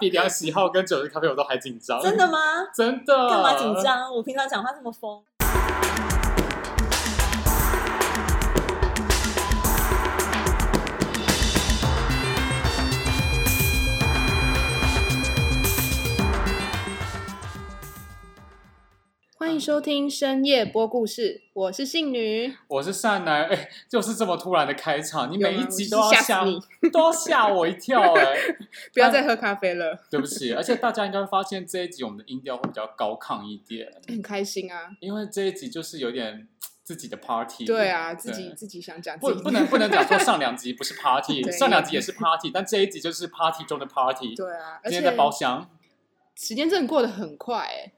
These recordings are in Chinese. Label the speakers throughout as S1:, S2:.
S1: 鼻梁喜好跟九日咖啡我都还紧张，
S2: 真的吗？
S1: 真的
S2: 干嘛紧？张？我平常讲话这么 疯。
S3: 欢迎收听深夜播故事，我是信女。
S1: 我是善男，哎、就是这么突然的开场，你每一集都
S3: 有吗
S1: 要
S3: 我是
S1: 吓
S3: 吓死你，
S1: 都要吓我一跳哎、
S3: 不要再喝咖啡了，
S1: 对不起，而且大家应该会发现这一集我们的音调会比较高亢一点，
S3: 很开心啊。
S1: 因为这一集就是有点自己的 party。
S3: 对啊，自己
S1: 对
S3: 自己想讲自
S1: 不
S3: 己
S1: 不能不能讲说上两集不是 party，
S3: 对
S1: 上两集也是 party，但这一集就是 party 中的 party。
S3: 对啊，而
S1: 今
S3: 且
S1: 天在包厢，
S3: 时间真的过得很快哎、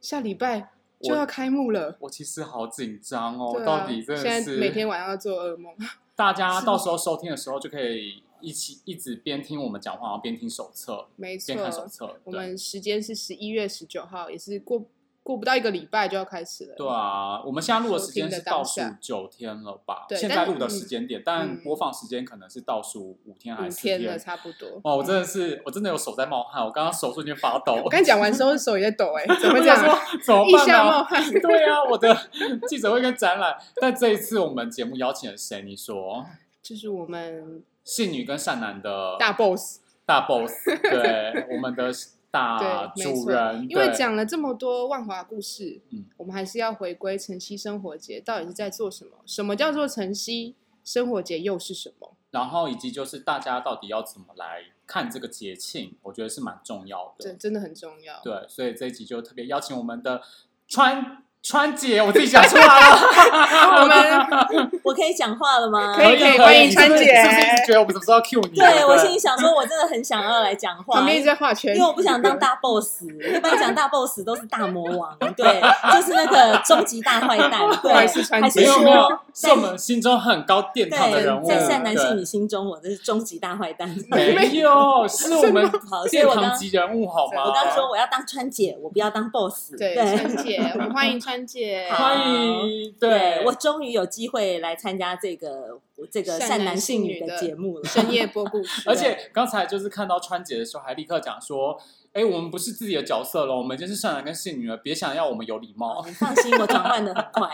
S3: 下礼拜就
S1: 我
S3: 要开幕了。
S1: 我其实好紧张哦，
S3: 对啊
S1: 到底真的
S3: 现在
S1: 是
S3: 每天晚上要做噩 梦，
S1: 大家到时候收听的时候就可以一起一直边听我们讲话，然后边听手册，
S3: 没错
S1: 边。看手册。
S3: 我
S1: 对
S3: 们时间是十一月十九号，也是过过不到一个礼拜就要开始了。
S1: 对啊，我们现在录的时间是倒数
S3: 收听的当下
S1: 九天了吧？
S3: 对
S1: 现在
S3: 但
S1: 录的时间点，但
S3: 嗯
S1: 播放时间可能是倒数五天还
S3: 五
S1: 是四
S3: 天了，差不多。
S1: 哇，我真的是，我真的有手在冒汗，我刚刚手瞬间发抖。
S3: 我刚讲完之后手也在抖 哎、怎
S1: 我
S3: 么会这样
S1: 想？说哦怎么
S3: 腋
S1: 办
S3: 下
S1: 呢、
S3: 冒汗。
S1: 对啊，我的 记者会跟展览，但这一次我们节目邀请了谁？你说，
S3: 就是我们
S1: 信女跟善男的
S3: 大 boss，
S1: 大 boss，对，我们的大
S3: 对没
S1: 啊主
S3: 错
S1: 人，
S3: 因为
S1: 对
S3: 讲了这么多万华故事，
S1: 嗯
S3: 我们还是要回归晨曦生活节到底是在做什么？什么叫做晨曦生活节又是什么？
S1: 然后以及就是大家到底要怎么来看这个节庆，我觉得是蛮重要
S3: 这
S1: 的。
S3: 真的很重要。
S1: 对，所以这一集就特别邀请我们的川川姐，我自己讲出来了。
S3: 啊我 们
S2: 我可以讲话了吗？
S3: 可以可以欢迎川姐
S1: 是不是一直觉得我们什么时候 Q 你？
S2: 对我
S1: 不
S2: 心里想说，我真的很想要来讲话
S3: 旁，边一直在画圈
S2: 因为，我不想当大 boss，一般讲大 boss 都是大魔王，对， 就是那个终极大坏 蛋，对，
S3: 还是传
S2: 还
S3: 奇
S2: 是
S1: 没 有没有
S2: 说，
S1: 是我们心中很高殿堂的人物，
S2: 对，在善男信
S1: 对
S2: 女心中，我这是终极大坏蛋。
S1: 没有，是我们
S2: 好，所以
S1: 殿
S2: 我
S1: 堂
S2: 刚
S1: 级人物好吗？
S2: 我刚说我要当川姐，我不要当 boss，
S3: 对川姐，我们欢迎川姐。
S2: 好
S1: 欢迎，
S2: 对我终于有机会来参加这个这个
S3: 善
S2: 善
S3: 男
S2: 男
S3: 信
S2: 信
S3: 女
S2: 女的
S3: 的
S2: 节目 了。
S3: 深夜播故事，
S1: 而且刚才就是看到川姐的时候，还立刻讲说：“哎，我们不是自己的角色了，我们已经是善男跟信女了，别想要我们有礼貌。
S2: 哦你放心，我转换的很快，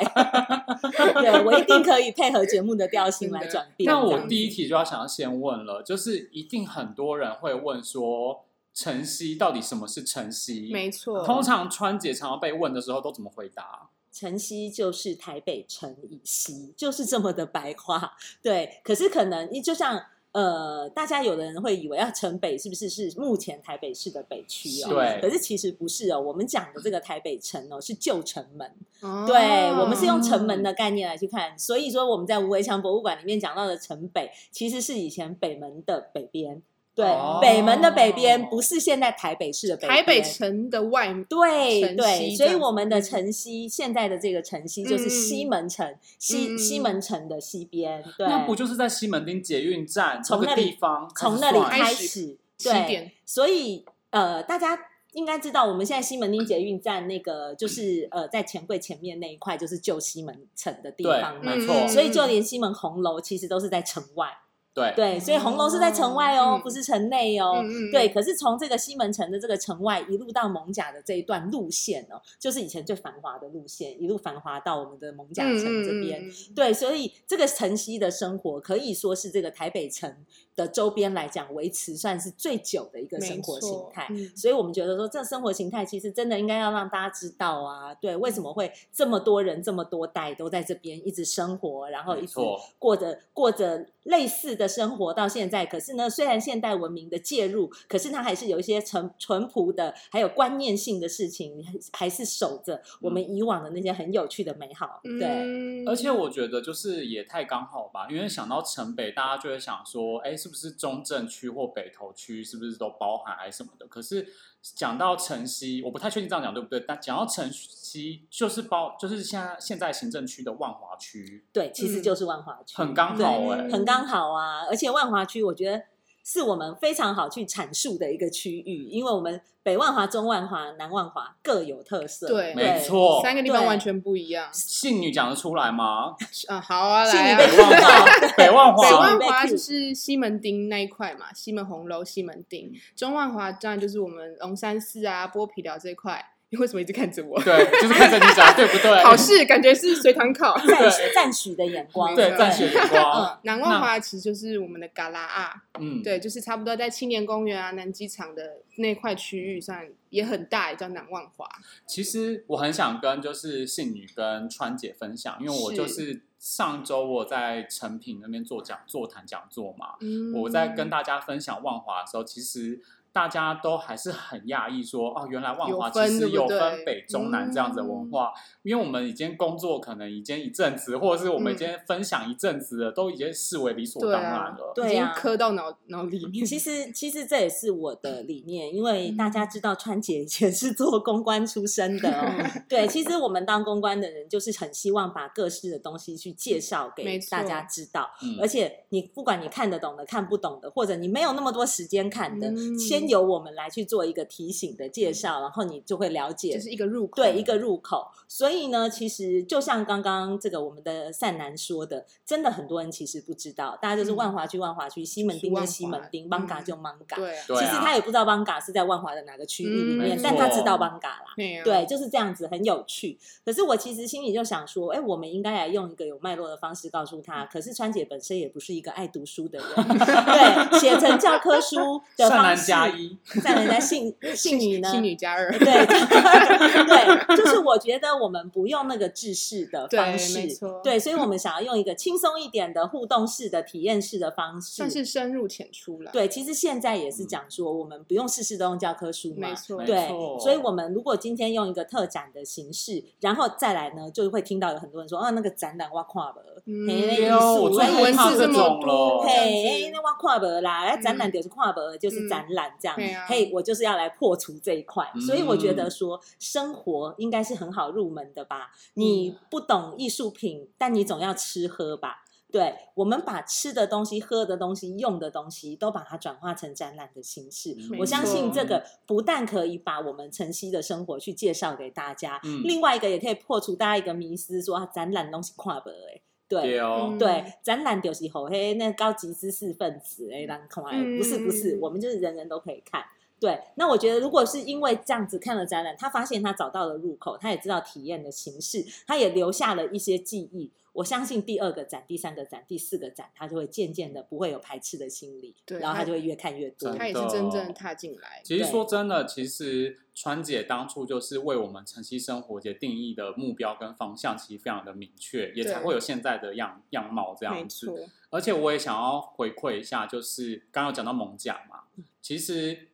S2: 对我一定可以配合节目的调性来转”变。
S1: 那
S2: 这
S1: 我
S2: 样
S1: 第一题就要想要先问了，就是一定很多人会问说，晨曦到底什么是晨曦？
S3: 没错，
S1: 通常川姐常常被问的时候都怎么回答？
S2: 晨曦就是台北城以西，就是这么的白话。 对，可是可能你就像呃，大家有的人会以为啊，城北是不是是目前台北市的北区哦？
S3: 是
S1: 对
S2: 可是其实不是哦，我们讲的这个台北城哦，是旧城门。
S3: 哦
S2: 对，我们是用城门的概念来去看，所以说我们在无围墙博物馆里面讲到的城北，其实是以前北门的北边。对，
S1: 哦
S2: 北门的北边不是现在台北市的北边。
S3: 台北城的外
S2: 对
S3: 城
S2: 对，
S3: 西
S2: 所
S3: 这
S2: 以
S3: 样
S2: 我
S3: 子
S2: 们的
S3: 嗯
S2: 城西，现在的这个城西就是西
S3: 嗯嗯嗯
S2: 门城，西西
S3: 嗯嗯嗯
S2: 门城的西边，对，
S1: 那不就是在西门町捷运站
S2: 从
S1: 这个
S2: 那里
S1: 地方
S2: 从那里
S1: 开始
S2: 开
S1: 算
S3: 开始
S2: 始，
S3: 起
S2: 对，
S3: 点，
S2: 所以呃，大家。应该知道，我们现在西门町捷运站那个就是呃，在钱柜前面那一块就是旧西门城的地
S1: 对
S2: 方嘛，
S1: 没
S3: 嗯
S1: 错，
S2: 所以就连西门红楼其实都是在城外，
S1: 对
S2: 对，所以红楼是在城外哦，
S3: 嗯
S2: 不是城内哦。
S3: 嗯嗯
S2: 对，可是从这个西门城的这个城外一路到蒙甲的这一段路线哦，就是以前最繁华的路线，一路繁华到我们的蒙甲城这边。，
S3: 嗯嗯嗯
S2: 对，所以这个城西的生活可以说是这个台北城的周边来讲，维持算是最久的一个
S3: 没
S2: 生活形
S3: 错
S2: 态。
S3: 嗯
S2: 所以我们觉得说，这生活形态其实真的应该要让大家知道啊，对，为什么会这么多人这么多代都在这边一直生活，然后一
S1: 没
S2: 直
S1: 错
S2: 过着过着类似的生活到现在。可是呢，虽然现代文明的介入，可是它还是有一些淳淳朴的，还有观念性的事情，还还是守着
S1: 嗯
S2: 我们以往的那些很有趣的美好。对，
S3: 嗯
S1: 而且我觉得就是也太刚好吧，因为想到城北，大家就会想说，哎，是不是中正区或北投区是不是都包含还是什么的？可是讲到城西，我不太确定这样讲对不对，但讲到城西就是包，就是现在现在行政区的万华区，
S2: 对，其实就是万华区，
S1: 很刚好
S2: 对
S1: 哎、
S2: 很刚好啊。而且万华区，我觉得是我们非常好去阐述的一个区域，因为我们北万华、中万华、南万华各有特色。
S3: 对
S1: 没错
S3: 三个地方
S2: 对
S3: 完全不一样。
S1: 信女讲得出来吗？
S3: 啊，好啊，
S2: 信
S3: 来
S2: 你
S3: 啊
S2: 被。
S1: 北万华，北万华
S3: 北
S2: 信，
S3: 万
S2: 你被
S3: 华
S2: cue
S3: 就是西门町那一块嘛，西门红楼、西门町；中万华当然就是我们龙山寺啊、剥皮寮这一块。你为什么一直看着我？
S1: 对，就是看着你讲对不对？
S3: 考试感觉是随堂考。
S2: 赞许赞许的眼光，
S1: 对，
S3: 对嗯
S1: 暂且 眼光，
S3: 南万华其实就是我们的嘎啦啊，
S1: 嗯，
S3: 对，就是差不多在青年公园啊、南机场的那块区域算也很大，也叫南万华。
S1: 其实我很想跟就是信女跟川姐分享，因为我就是上周我在成品那边做讲座谈讲座嘛，
S3: 嗯
S1: 我在跟大家分享万华的时候，其实大家都还是很讶异说，哦，原来万华
S3: 有
S1: 其
S3: 分
S1: 实
S3: 对不
S1: 有
S3: 对嗯
S1: 分北中南这样子的文化，因为我们已经工作可能已经一阵子，或者是我
S3: 嗯
S1: 们已经分享一阵子了，都已经视为理所当然了。
S2: 对啊
S3: 已经刻到脑脑里面。
S2: 其实，其实这也是我的理念，因为
S3: 嗯
S2: 大家知道川姐以前是做公关出身的哦。
S3: 嗯
S2: 对，其实我们当公关的人，就是很希望把各式的东西去介绍给
S3: 没错
S2: 大家知道。
S1: 嗯
S2: 而且，你不管你看得懂的、看不懂的，或者你没有那么多时间看的，
S3: 嗯
S2: 先由我们来去做一个提醒的介绍，然后你就会了解
S3: 嗯就是一个入口，
S2: 对一个入口。所以呢，其实就像刚刚这个我们的善男说的，真的很多人其实不知道，大家就是
S3: 嗯
S2: 万华区万华区，西门町
S3: 万
S2: 就
S3: 华
S2: 西门町，
S3: 嗯
S2: 邦嘎就邦嘎。
S3: 对啊，
S1: 对
S2: 其实他
S1: 啊，
S2: 也不知道邦嘎是在万华的哪个区域里面，
S1: 嗯
S2: 但他知道
S1: 没错
S2: 邦嘎啦。
S3: 对啊，
S2: 对，就是这样子，很有趣。可是我其实心里就想说，哎、我们应该来用一个有脉络的方式告诉他。可是川姐本身也不是一个爱读书的人， 对，写成教科书的
S1: 善
S2: 方
S1: 男
S2: 式，
S1: 加一，
S2: 善男加 信信女呢？
S3: 信女加 二，
S2: 对对，就是我觉得我们不用那个制式的方
S3: 对
S2: 式，
S3: 没错
S2: 对，所以我们想要用一个轻松一点的互动式的体验式的方式，
S3: 算是深入浅出了。
S2: 对。其实现在也是讲说，我们不用事事都用教科书嘛
S3: 没，错，
S2: 对
S1: 没错，
S2: 所以我们如果今天用一个特展的形式，然后再来呢，就会听到有很多人说，啊，那个展览挖跨了，
S3: 嗯
S2: 嘿那
S1: 对
S2: 艺
S1: 哦，
S2: 术
S1: 我最
S2: 哎
S1: 害怕
S3: 文字
S1: 这
S3: 哦这么
S1: 种
S3: 多
S1: 了。
S2: 嘿，哎那挖跨博啦，哎，展览
S3: 嗯
S2: 就是跨博，就是展览这样
S3: 对。啊
S2: 嘿，我就是要来破除这一块，
S1: 嗯
S2: 所以我觉得说生活应该是很好入门的吧。
S3: 嗯
S2: 你不懂艺术品，但你总要吃喝吧。对我们把吃的东西、喝的东西、用的东西都把它转化成展览的形式
S1: 嗯，
S2: 我相
S3: 没
S2: 信
S3: 错
S2: 这个不但可以把我们晨曦的生活去介绍给大家，
S1: 嗯
S2: 另外一个也可以破除大家一个迷思，说啊展览东西跨博哎，对，
S3: 啊
S1: 对哦，
S2: 对，展览就是吼嘿，那高级知识分子哎，让看来不是不是
S3: 嗯，
S2: 我们就是人人都可以看。对，那我觉得如果是因为这样子看了展览，他发现他找到了入口，他也知道体验的形式，他也留下了一些记忆。我相信第二个展、第三个展、第四个展，他就会渐渐的不会有排斥的心理，
S3: 对
S2: 然后他
S3: 他
S2: 就会越看越多
S1: 真。
S3: 他也是真正踏进来。
S1: 其实
S2: 对
S1: 说真的，其实川姐当初就是为我们晨曦生活节定义的目标跟方向，其实非常的明确，也
S3: 对
S1: 才会有现在的样样貌这
S3: 没
S1: 样子。
S3: 错，
S1: 而且我也想要回馈一下，就是刚刚有讲到蒙甲嘛，
S3: 嗯
S1: 其实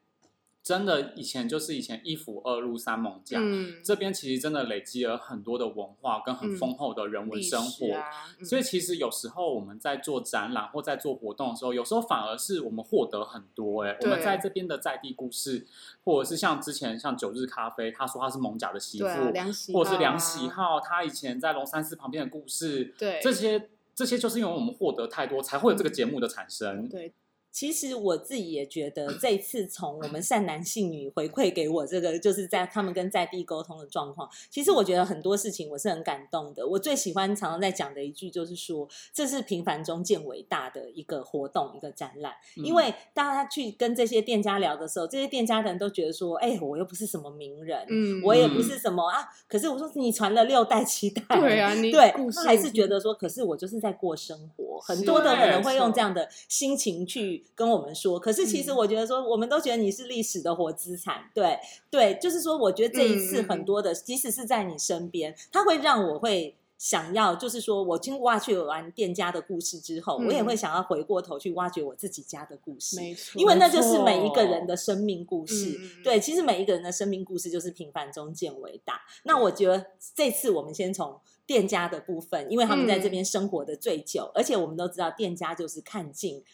S1: 真的以前就是以前一府二路三蒙甲。
S3: 嗯，
S1: 这边其实真的累积了很多的文化跟很丰厚的人文
S3: 历史
S1: 生活，
S3: 啊，嗯
S1: 所以其实有时候我们在做展览或在做活动的时候，有时候反而是我们获得很多、欸。哎，我
S3: 对
S1: 们在这边的在地故事，或者是像之前像九日咖啡，他说他是蒙甲的媳妇，
S3: 对啊，梁喜
S1: 或者是
S3: 好
S1: 梁
S3: 啊
S1: 喜，浩，他以前在龙山寺旁边的故事，
S3: 对，
S1: 这些这些就是因为我们获得太多，才会有这个节目的产生。
S3: 对
S2: 其实我自己也觉得，这一次从我们善男信女回馈给我这个，就是在他们跟在地沟通的状况。其实我觉得很多事情我是很感动的。我最喜欢常常在讲的一句就是说，这是平凡中见伟大的一个活动，一个展览。
S1: 嗯
S2: 因为大家去跟这些店家聊的时候，这些店家的人都觉得说：“哎、我又不是什么名人，
S3: 嗯
S2: 我也不是什么啊。”可是我说你传了六代七代，
S3: 对啊，你
S2: 对
S3: 故，事
S2: 他还是觉得说，可是我就是在过生活，很
S3: 是
S2: 多的可能会
S3: 没
S2: 用
S3: 错
S2: 这样的心情去跟我们说。可是其实
S3: 嗯
S2: 我觉得说，我们都觉得你是历史的活资产，对对，就是说，我觉得这一次
S3: 嗯嗯
S2: 很
S3: 嗯
S2: 多的，即使是在你身边，它会让我会。想要就是说，我经挖掘完店家的故事之后，我也
S3: 嗯
S2: 会想要回过头去挖掘我自己家的故事。
S3: 没错，
S2: 因为那
S1: 没
S2: 就是每一
S1: 错
S2: 个人的生命故事。
S3: 嗯
S2: 对，其实每一个人的生命故事就是平凡中见伟大。那我觉得这次我们先从店家的部分，因为他们
S3: 嗯
S2: 在这边生活的最久，而且我们都知道店家就是看尽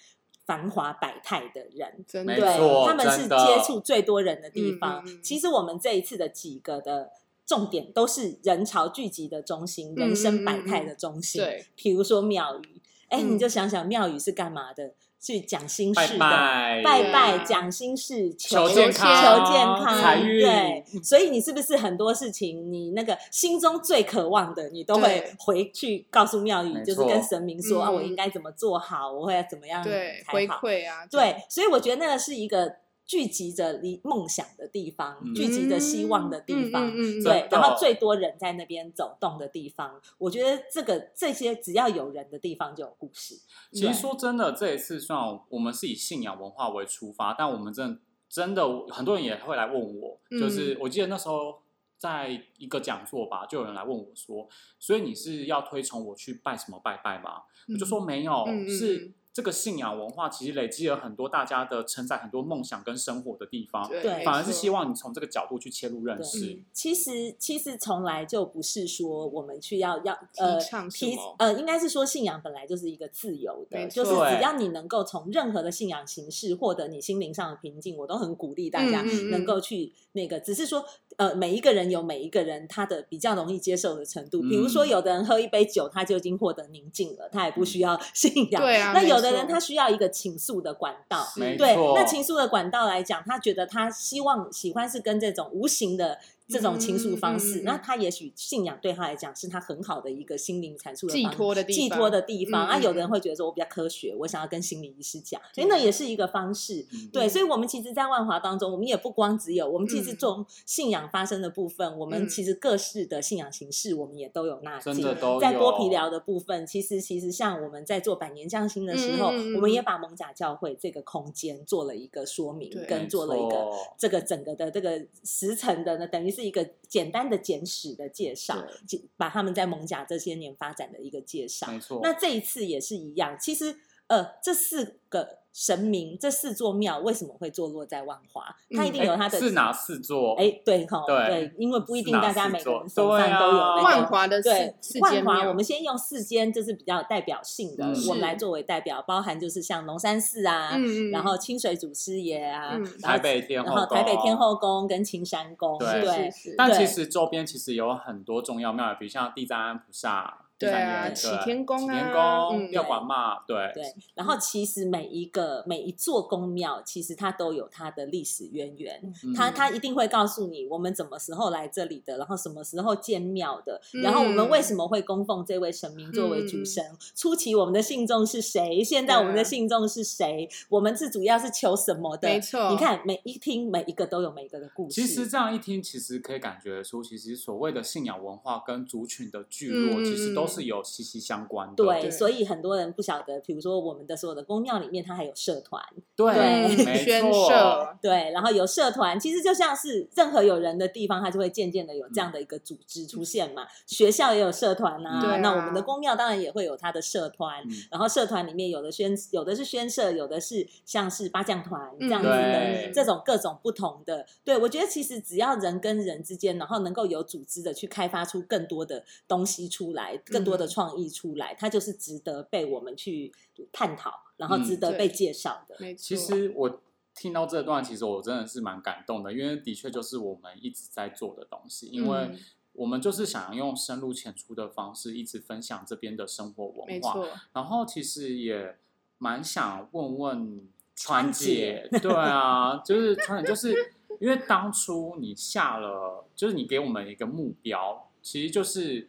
S2: 繁华百态的人。
S3: 真
S1: 没
S3: 的
S1: 错
S2: 对，他们是
S1: 真的
S2: 接触最多人的地方。
S3: 嗯嗯嗯
S2: 其实我们这一次的几个的重点都是人潮聚集的中心，
S3: 嗯
S2: 人生百态的中心。
S3: 对
S2: 比如说庙宇，哎、
S3: 嗯
S2: 你就想想庙宇是干嘛的？去讲心
S1: 拜
S2: 事的。
S1: 拜
S2: 拜
S3: 对
S2: 拜，
S3: 啊
S2: 讲心事，
S1: 求
S2: 健
S1: 健
S2: 求
S1: 康
S2: 康，
S1: 财运
S2: 对，所以你是不是很多事情，你那个心中最渴望的，你都会
S3: 对
S2: 回去告诉庙宇，
S1: 没
S2: 就是
S1: 错
S2: 跟神明说、
S3: 嗯
S2: 啊，我应该怎么做好，我会怎么样
S3: 对，
S2: 才
S3: 回
S2: 嗯好。
S3: 馈啊，这样
S2: 对，所以我觉得那个是一个聚集着离梦想的地方，
S1: 嗯
S2: 聚集着希望的地方。
S3: 嗯嗯嗯嗯
S2: 对
S1: 真，的
S2: 然后最多人在那边走动的地方，我觉得这个这些只要有人的地方就有故事。
S1: 其
S2: 对
S1: 实说真的，这一次虽然我们是以信仰文化为出发，但我们真的真的很多人也会来问我，
S3: 嗯
S1: 就是我记得那时候在一个讲座吧，就有人来问我说，所以你是要推崇我去拜什么拜拜吗？我就说没有，
S3: 嗯嗯嗯
S1: 是这个信仰文化其实累积了很多大家的承载很多梦想跟生活的地方，
S2: 对
S1: 反而是希
S3: 望
S1: 望你从这个角度去切入认识。
S3: 嗯
S2: 其实其实从来就不是说我们去要要呃
S3: 提倡什
S2: 提
S3: 么
S2: 呃，应该是说信仰本来就是一个自由的，
S3: 没欸
S2: 就是
S1: 错
S2: 只
S1: 对
S2: 要你能够从任何的信仰形式获得你心灵上的平静，我都很鼓励大家
S3: 嗯嗯嗯
S2: 能够去那个，只是说呃，每一个人有每一个人他的比较容易接受的程度，比如说
S1: 嗯
S2: 有的人喝一杯酒，他就已经获得宁静了，他也不需要 信仰。
S3: 嗯对啊
S2: 那
S3: 没
S2: 有的人
S3: 错
S2: 他需要一个倾诉的管道，
S3: 是
S1: 没
S2: 对，
S1: 错，
S2: 那情愫的管道来讲，他觉得他希望喜欢是跟这种无形的这种情愫方式，
S3: 嗯嗯嗯
S2: 那他也许信仰对他来讲是他很好的一个心灵阐述的
S3: 寄
S2: 方式
S3: 托的地
S2: 寄
S3: 方，
S2: 托的地方。
S3: 嗯
S2: 啊，
S3: 嗯
S2: 有的人会觉得说我比较科学，我想要跟心理医师讲，哎
S3: 对，啊
S2: 那也是一个方式。
S1: 嗯
S2: 对，所以，我们其实，在万华当中，我们也不光只有我们，其实
S3: 嗯
S2: 从信仰发生的部分，我们
S3: 嗯
S2: 其实各式的信仰形式，我们也都有纳进。
S1: 真的都有
S2: 在剥皮寮的部分，其实其实像我们在做百年匠心的时候，
S3: 嗯嗯嗯
S2: 我们也把蒙甲教会这个空间做了一个说明
S3: 对，
S2: 跟做了一
S1: 没
S2: 个
S1: 错
S2: 这个整个的这个十层的呢，等于是一个简单的简史的介绍，简把他们在蒙甲这些年发展的一个介绍。
S1: 没错，
S2: 那这一次也是一样，其实呃，这四个神明，这四座庙为什么会坐落在万华？它一定
S3: 嗯
S1: 诶
S2: 有它的
S1: 是哪四座？
S2: 哎，对哈，
S1: 对
S2: 因为不一定
S1: 是哪
S2: 大家
S1: 四
S2: 每个
S1: 座
S2: 人手
S1: 对
S2: 上
S1: 啊
S2: 都有那个
S3: 万华的
S2: 哦对
S3: 四四，
S2: 万
S3: 间
S2: 华
S3: 庙，
S2: 我们先用四间，就是比较有代表性的，
S1: 嗯
S2: 我们
S3: 是
S2: 来作为代表，包含就是像龙山寺啊，
S3: 嗯嗯，
S2: 然后清水祖师爷啊，
S3: 嗯
S2: 然后
S1: 台北天
S2: 然
S1: 后
S2: 后台北
S1: 宫
S2: 天后宫跟青山宫，
S1: 对
S2: 对
S3: 是是是
S1: 但
S2: 对
S1: 其实周边其实有很多重要庙宇，比如像地藏庵菩萨、
S3: 对
S1: 地藏
S3: 啊
S1: 院
S3: 启天宫啊
S1: 启天宫、
S3: 嗯
S1: 六管嘛，对，
S2: 对，然后其实每一个每一座宫庙，其实它都有它的历史渊源，
S1: 嗯
S2: 他他一定会告诉你我们怎么时候来这里的，然后什么时候建庙的，然后我们为什么会供奉这位神明作为主神。初期我们的信众是谁？现在我们的
S3: 对啊
S2: 信众是谁？我们是主要是求什么的？
S3: 没错
S2: 你看每一听每一个都有每一个的故事。
S1: 其实这样一听，其实可以感觉出，其实所谓的信仰文化跟族群的聚落，
S3: 嗯
S1: 其实都是有息息相关的。
S2: 对，
S3: 对
S2: 所以很多人不晓得，比如说我们的所有的宫庙里面，它还有社团，
S1: 对，
S2: 对
S3: 嗯
S1: 没
S3: 宣
S1: 错，
S3: 社，
S2: 对，然后有社团，其实就像是任何有人的地方，它就会渐渐的有这样
S1: 嗯
S2: 的一个组织出现嘛。学校也有社团呐、
S1: 对啊
S2: 那我们的公庙当然也会有它的社团。
S1: 嗯
S2: 然后社团里面有的宣，有的是宣社，有的是像是八将团这
S3: 嗯
S2: 样子的
S1: 对，
S2: 这种各种不同的。对我觉得其实只要人跟人之间，然后能够有组织的去开发出更多的东西出来，更多的
S3: 嗯
S2: 创意出来，它就是值得被我们去探讨，然后
S1: 嗯
S2: 值得
S3: 对
S2: 被介绍的。
S3: 没错，
S1: 其实我听到这段，其实我真的是蛮感动的，因为的确就是我们一直在做的东西，因为
S3: 嗯
S1: 我们就是想要用深入浅出的方式，一直分享这边的生活
S3: 没
S1: 文化。
S3: 错，
S1: 然后其实也蛮想问问
S2: 川
S1: 川姐，对啊， 就是川姐，就是因为当初你下了，就是你给我们一个目标，其实就是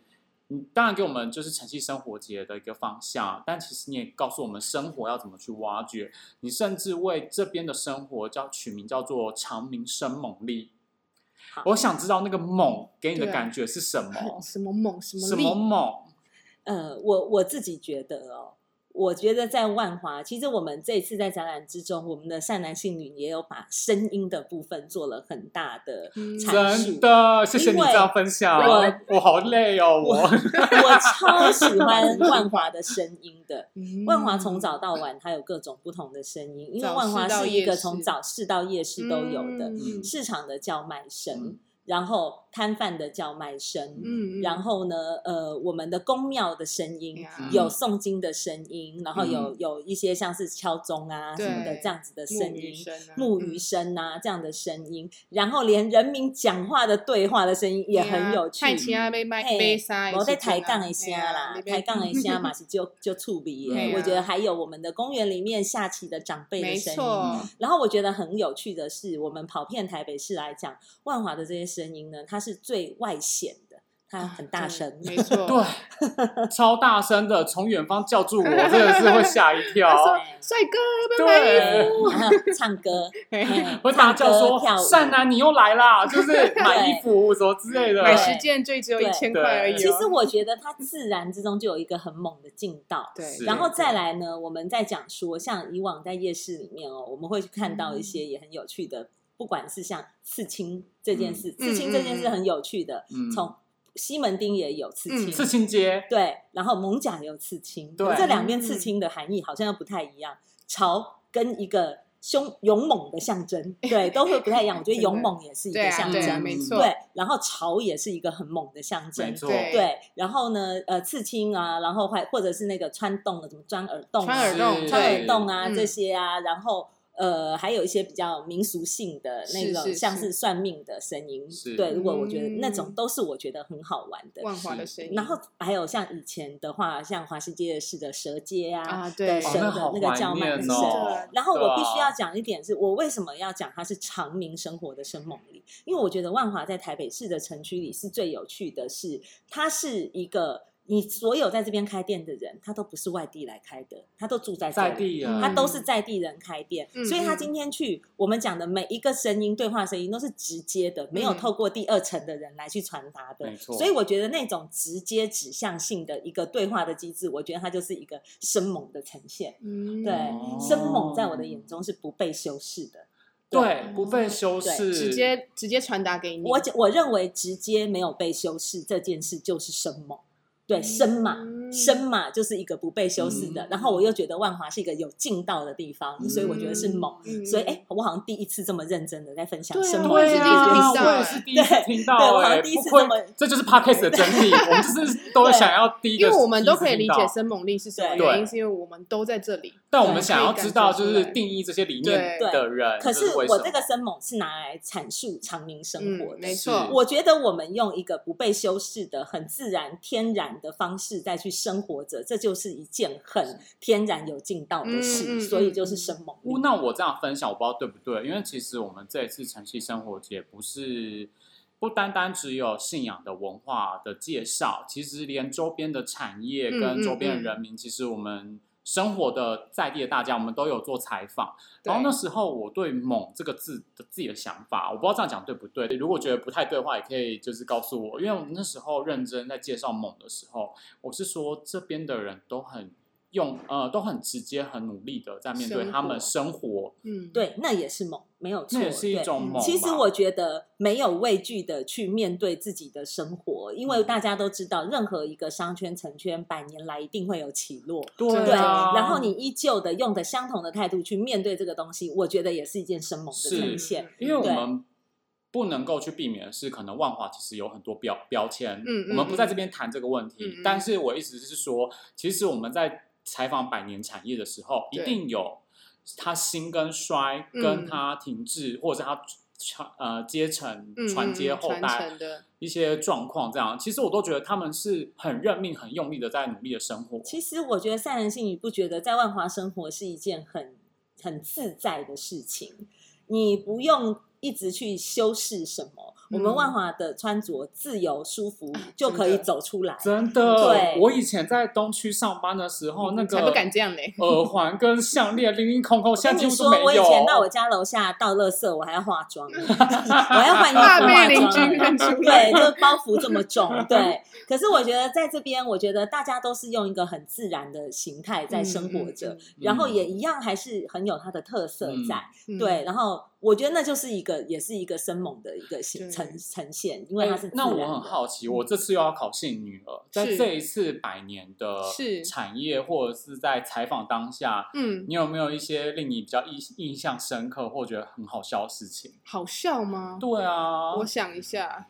S1: 你当然给我们就是晨曦生活节的一个方向，但其实你也告诉我们生活要怎么去挖掘，你甚至为这边的生活叫取名叫做“长明生猛力”
S2: 好。
S1: 我想知道那个猛给你的
S3: 对啊
S1: 感觉是 什么？
S3: 什么猛什么
S1: 什
S3: 力
S1: 么，猛？
S2: 呃，我我自己觉得哦，我觉得在万华，其实我们这一次在展览之中，我们的善男信女也有把声音的部分做了很大的
S3: 嗯
S2: 阐述。
S1: 真的，谢谢你
S2: 因为
S1: 这样分享，
S2: 我
S1: 我好累哦，我
S2: 我超喜欢万华的声音 的。
S3: 嗯
S2: 万华从早到晚，它有各种不同的声音，因为
S3: 早
S2: 万
S3: 市
S2: 华
S3: 到
S2: 是一
S3: 夜
S2: 个
S3: 市
S2: 从早市到夜市都有的
S3: 嗯
S2: 市场的叫卖声
S1: 嗯。
S2: 然后摊贩的叫卖声，
S3: 嗯，嗯
S2: 然后呢，呃，我们的宫庙的声音。
S3: 呀
S2: 有诵经的声音，然后有有一些像是敲钟啊什么的
S3: 对
S2: 这样子的
S3: 木
S2: 声
S3: 鱼
S2: 音，
S3: 声啊，
S2: 木鱼声啊、这样的声音，然后连人民讲话的对话的声音也很有趣。
S3: 太奇啊，被卖被杀，
S2: 我在抬
S3: 啊
S2: 杠一下啦，抬杠一下嘛， 是就就触鼻
S3: 对
S2: 耶。
S3: 啊
S2: 我觉得还有我们的公园里面下棋的长辈
S3: 没
S2: 的声音。
S1: 嗯
S3: 错，
S2: 然后我觉得很有趣的是，我们跑遍台北市来讲，万华的这些声音呢，它是最外显的，它很
S3: 啊
S2: 大声。
S3: 没错，
S1: 对，超大声的，从远方叫住我，真的是会吓一 跳。
S3: 帅哥，拜拜。
S1: 对，
S2: 然后唱 歌，哎
S1: 会大叫
S2: 唱歌
S1: 说
S2: 跳：“舞
S1: 善男，你又来 啦！”就是买衣服什么之类的。
S3: 买十件最只有一千块而已哦。
S1: 对
S2: 其实我觉得它自然之中就有一个很猛的劲道。
S3: 对，
S1: 是
S2: 然后再来呢，我们再讲说，像以往在夜市里面哦，我们会去看到一
S3: 嗯
S2: 些也很有趣的，不管是像刺青这件事，
S3: 嗯
S2: 刺青这件事很有趣的，
S1: 嗯
S2: 从西门町也有刺青，
S3: 嗯
S1: 刺青街，
S2: 对，然后蒙甲也有刺青，
S1: 对
S2: 可是这两边
S3: 嗯
S2: 刺青的含义好像又不太一样，潮跟一个凶勇猛的象 征，对，都会不太一样。我觉得
S3: 真的
S2: 勇猛也是一
S3: 对
S2: 个
S3: 啊，
S2: 象
S3: 对啊，
S2: 征，
S3: 没错，
S2: 对，然后潮也是一个很猛的象
S1: 没
S2: 征，
S1: 错，
S3: 对
S2: 对，然后呢，呃，刺青啊，然后还或者是那个穿洞的，什么钻耳洞、
S3: 穿
S2: 啊、
S3: 耳洞，
S1: 是
S2: 穿耳
S1: 对
S2: 洞啊、
S3: 嗯
S2: 这些啊，然后呃，还有一些比较民俗性的那
S3: 是
S2: 种，
S3: 是
S2: 像
S3: 是
S2: 是算命的声音
S1: 是，
S2: 对，如果我觉得那种
S3: 嗯
S2: 都是我觉得很好玩的。
S3: 万华的声音。
S2: 然后还有像以前的话，像华西街市的蛇街啊，
S3: 啊，对，
S1: 哦
S2: 神
S1: 那
S2: 的
S1: 好
S2: 那个叫
S1: 怀
S2: 卖
S1: 念
S2: 的
S1: 哦
S3: 神。
S2: 然后
S1: 对
S2: 我
S1: 啊
S2: 必须要讲一点是，我为什么要讲它是长明生活的生猛力？因为我觉得万华在台北市的城区里是最有趣的是，它是一个你所有在这边开店的人，他都不是外地来开的，他都住在这
S1: 在
S2: 里。
S1: 地人，
S2: 他
S3: 嗯
S2: 都是在地人开店，
S3: 嗯
S2: 所以他
S3: 嗯
S2: 今天去我们讲的每一个声音对话声音都是直接的，没有
S3: 嗯
S2: 透过第二层的人来去传达的
S1: 没。错
S2: 所以我觉得那种直接指向性的一个对话的机制，我觉得它就是一个生猛的呈现。
S3: 嗯，
S2: 对
S1: 哦
S2: 生猛在我的眼中是不被修饰的。
S1: 对，不被修饰，
S3: 直接直接传达给你，
S2: 我我认为直接没有被修饰这件事就是生猛，对生
S3: 嗯
S2: 嘛，生嘛就是一个不被修饰的。
S1: 嗯
S2: 然后我又觉得万华是一个有劲道的地方，
S1: 嗯
S2: 所以我觉得是猛。
S3: 嗯，
S2: 所以，哎，我好像第一次这么认真的在分享
S3: 对啊
S2: 生猛
S3: 我
S2: 这
S3: 也
S1: 对
S2: 件
S3: 是
S2: 事
S3: 第一次
S1: 啊，我也是第一次
S3: 听到
S1: 听到，
S2: 对我好像
S1: 哎
S2: 第一
S1: 不
S2: 次
S1: 愧
S2: 这么
S1: 这就是 podcast 的真理，我们就是都想要第一个，
S3: 因为我们都可以理解
S1: 生，
S3: 生猛力是什么
S1: 对
S3: 原因，是因为我们都在这里，
S1: 但我们
S3: 对
S1: 想要知道就是定义这些理念的人，
S2: 可
S1: 就是为
S2: 我
S1: 什
S2: 这
S1: 么
S2: 个生猛是拿来阐述长明生活
S3: 嗯，
S2: 的，
S3: 没错，
S1: 是
S2: 我觉得我们用一个不被修饰的、很自然、天然的方式再去生活着，这就是一件很天然有劲道的事，
S3: 嗯嗯嗯
S2: 所以就是生猛
S1: 哦
S2: 力。
S1: 那我这样分享，我不知道对不对，因为其实我们这一次晨曦生活节不是不单单只有信仰的文化的介绍，其实连周边的产业
S3: 嗯嗯
S1: 跟周边的
S3: 嗯
S1: 人民，其实我们生活的在地的大家，我们都有做采访。然后哦那
S3: 对
S1: 时候我对“猛”这个字的自己的想法，我不知道这样讲对不对。如果觉得不太对的话，也可以就是告诉我，因为我们那时候认真在介绍“猛”的时候，我是说这边的人都很用呃都很直接、很努力的在面对
S3: 生
S1: 他们
S3: 活
S1: 生活，
S3: 嗯，
S2: 对，那也是猛，没有错，
S1: 那也是一
S2: 对
S1: 种猛吧。
S2: 其实我觉得没有畏惧的去面对自己的生活，因
S1: 嗯
S2: 为大家都知道，任何一个商圈、成圈，百年来一定会有起落。
S1: 对
S2: 对，
S1: 啊，
S2: 然后你依旧的用的相同的态度去面对这个东西，我觉得也是一件生猛的
S1: 是
S2: 呈现。
S1: 因为我
S2: 对
S1: 们不能够去避免的是，可能万华其实有很多标标签，
S3: 嗯嗯
S1: 我们不在这边谈这个问题。
S3: 嗯嗯
S1: 但是我意思是说，其实我们在采访百年产业的时候，一
S3: 对
S1: 定有它兴跟衰，
S3: 嗯
S1: 跟它停滞，或者是它传呃阶层
S3: 嗯，
S1: 传接
S3: 嗯
S1: 后
S3: 传
S1: 代
S3: 承的，
S1: 一些状况，这样，其实我都觉得他们是很认命、很用力的在努力的生活。
S2: 其实我觉得善人信，你不觉得在万华生活是一件很很自在的事情？你不用一直去修饰什么，我们
S3: 嗯啊
S2: 万华的穿着自由舒服就
S3: 真
S2: 可以
S3: 的
S2: 走出来。
S1: 真的，
S2: 对
S1: 我以前在东区上班的时候，哦那个
S3: 嗯才不敢这 样嘞，
S1: 耳环跟项链零零空空，现
S2: 跟
S1: 在几
S2: 你
S1: 乎都
S2: 说，
S1: 没有。
S2: 我以前
S3: 哦
S2: 到我家楼下倒垃圾，我还要化 妆，我要换衣服
S3: 怕被
S2: 化
S3: 邻居
S2: 妆。
S3: 认出 来，
S2: 对，这包袱这么重，对。可是我觉得在这边，我觉得大家都是用一个很自然的形态在生活着，
S3: 嗯嗯
S2: 然后也一样还是很有它的特色在。
S3: 嗯
S2: 对，然后我觉得那就是一个，也是一个生猛的一个形
S3: 对
S2: 呈呈现，因为它是、
S1: 哎那我很，好奇，
S2: 嗯
S1: 我这次又要考信女儿，在
S3: 是
S1: 这一次百年的
S3: 是
S1: 产业或者是在采访当下，
S3: 嗯，
S1: 你有没有一些令你比较印印象深刻或觉得很好笑的事情？
S3: 好笑吗？
S1: 对啊，
S3: 我想一下，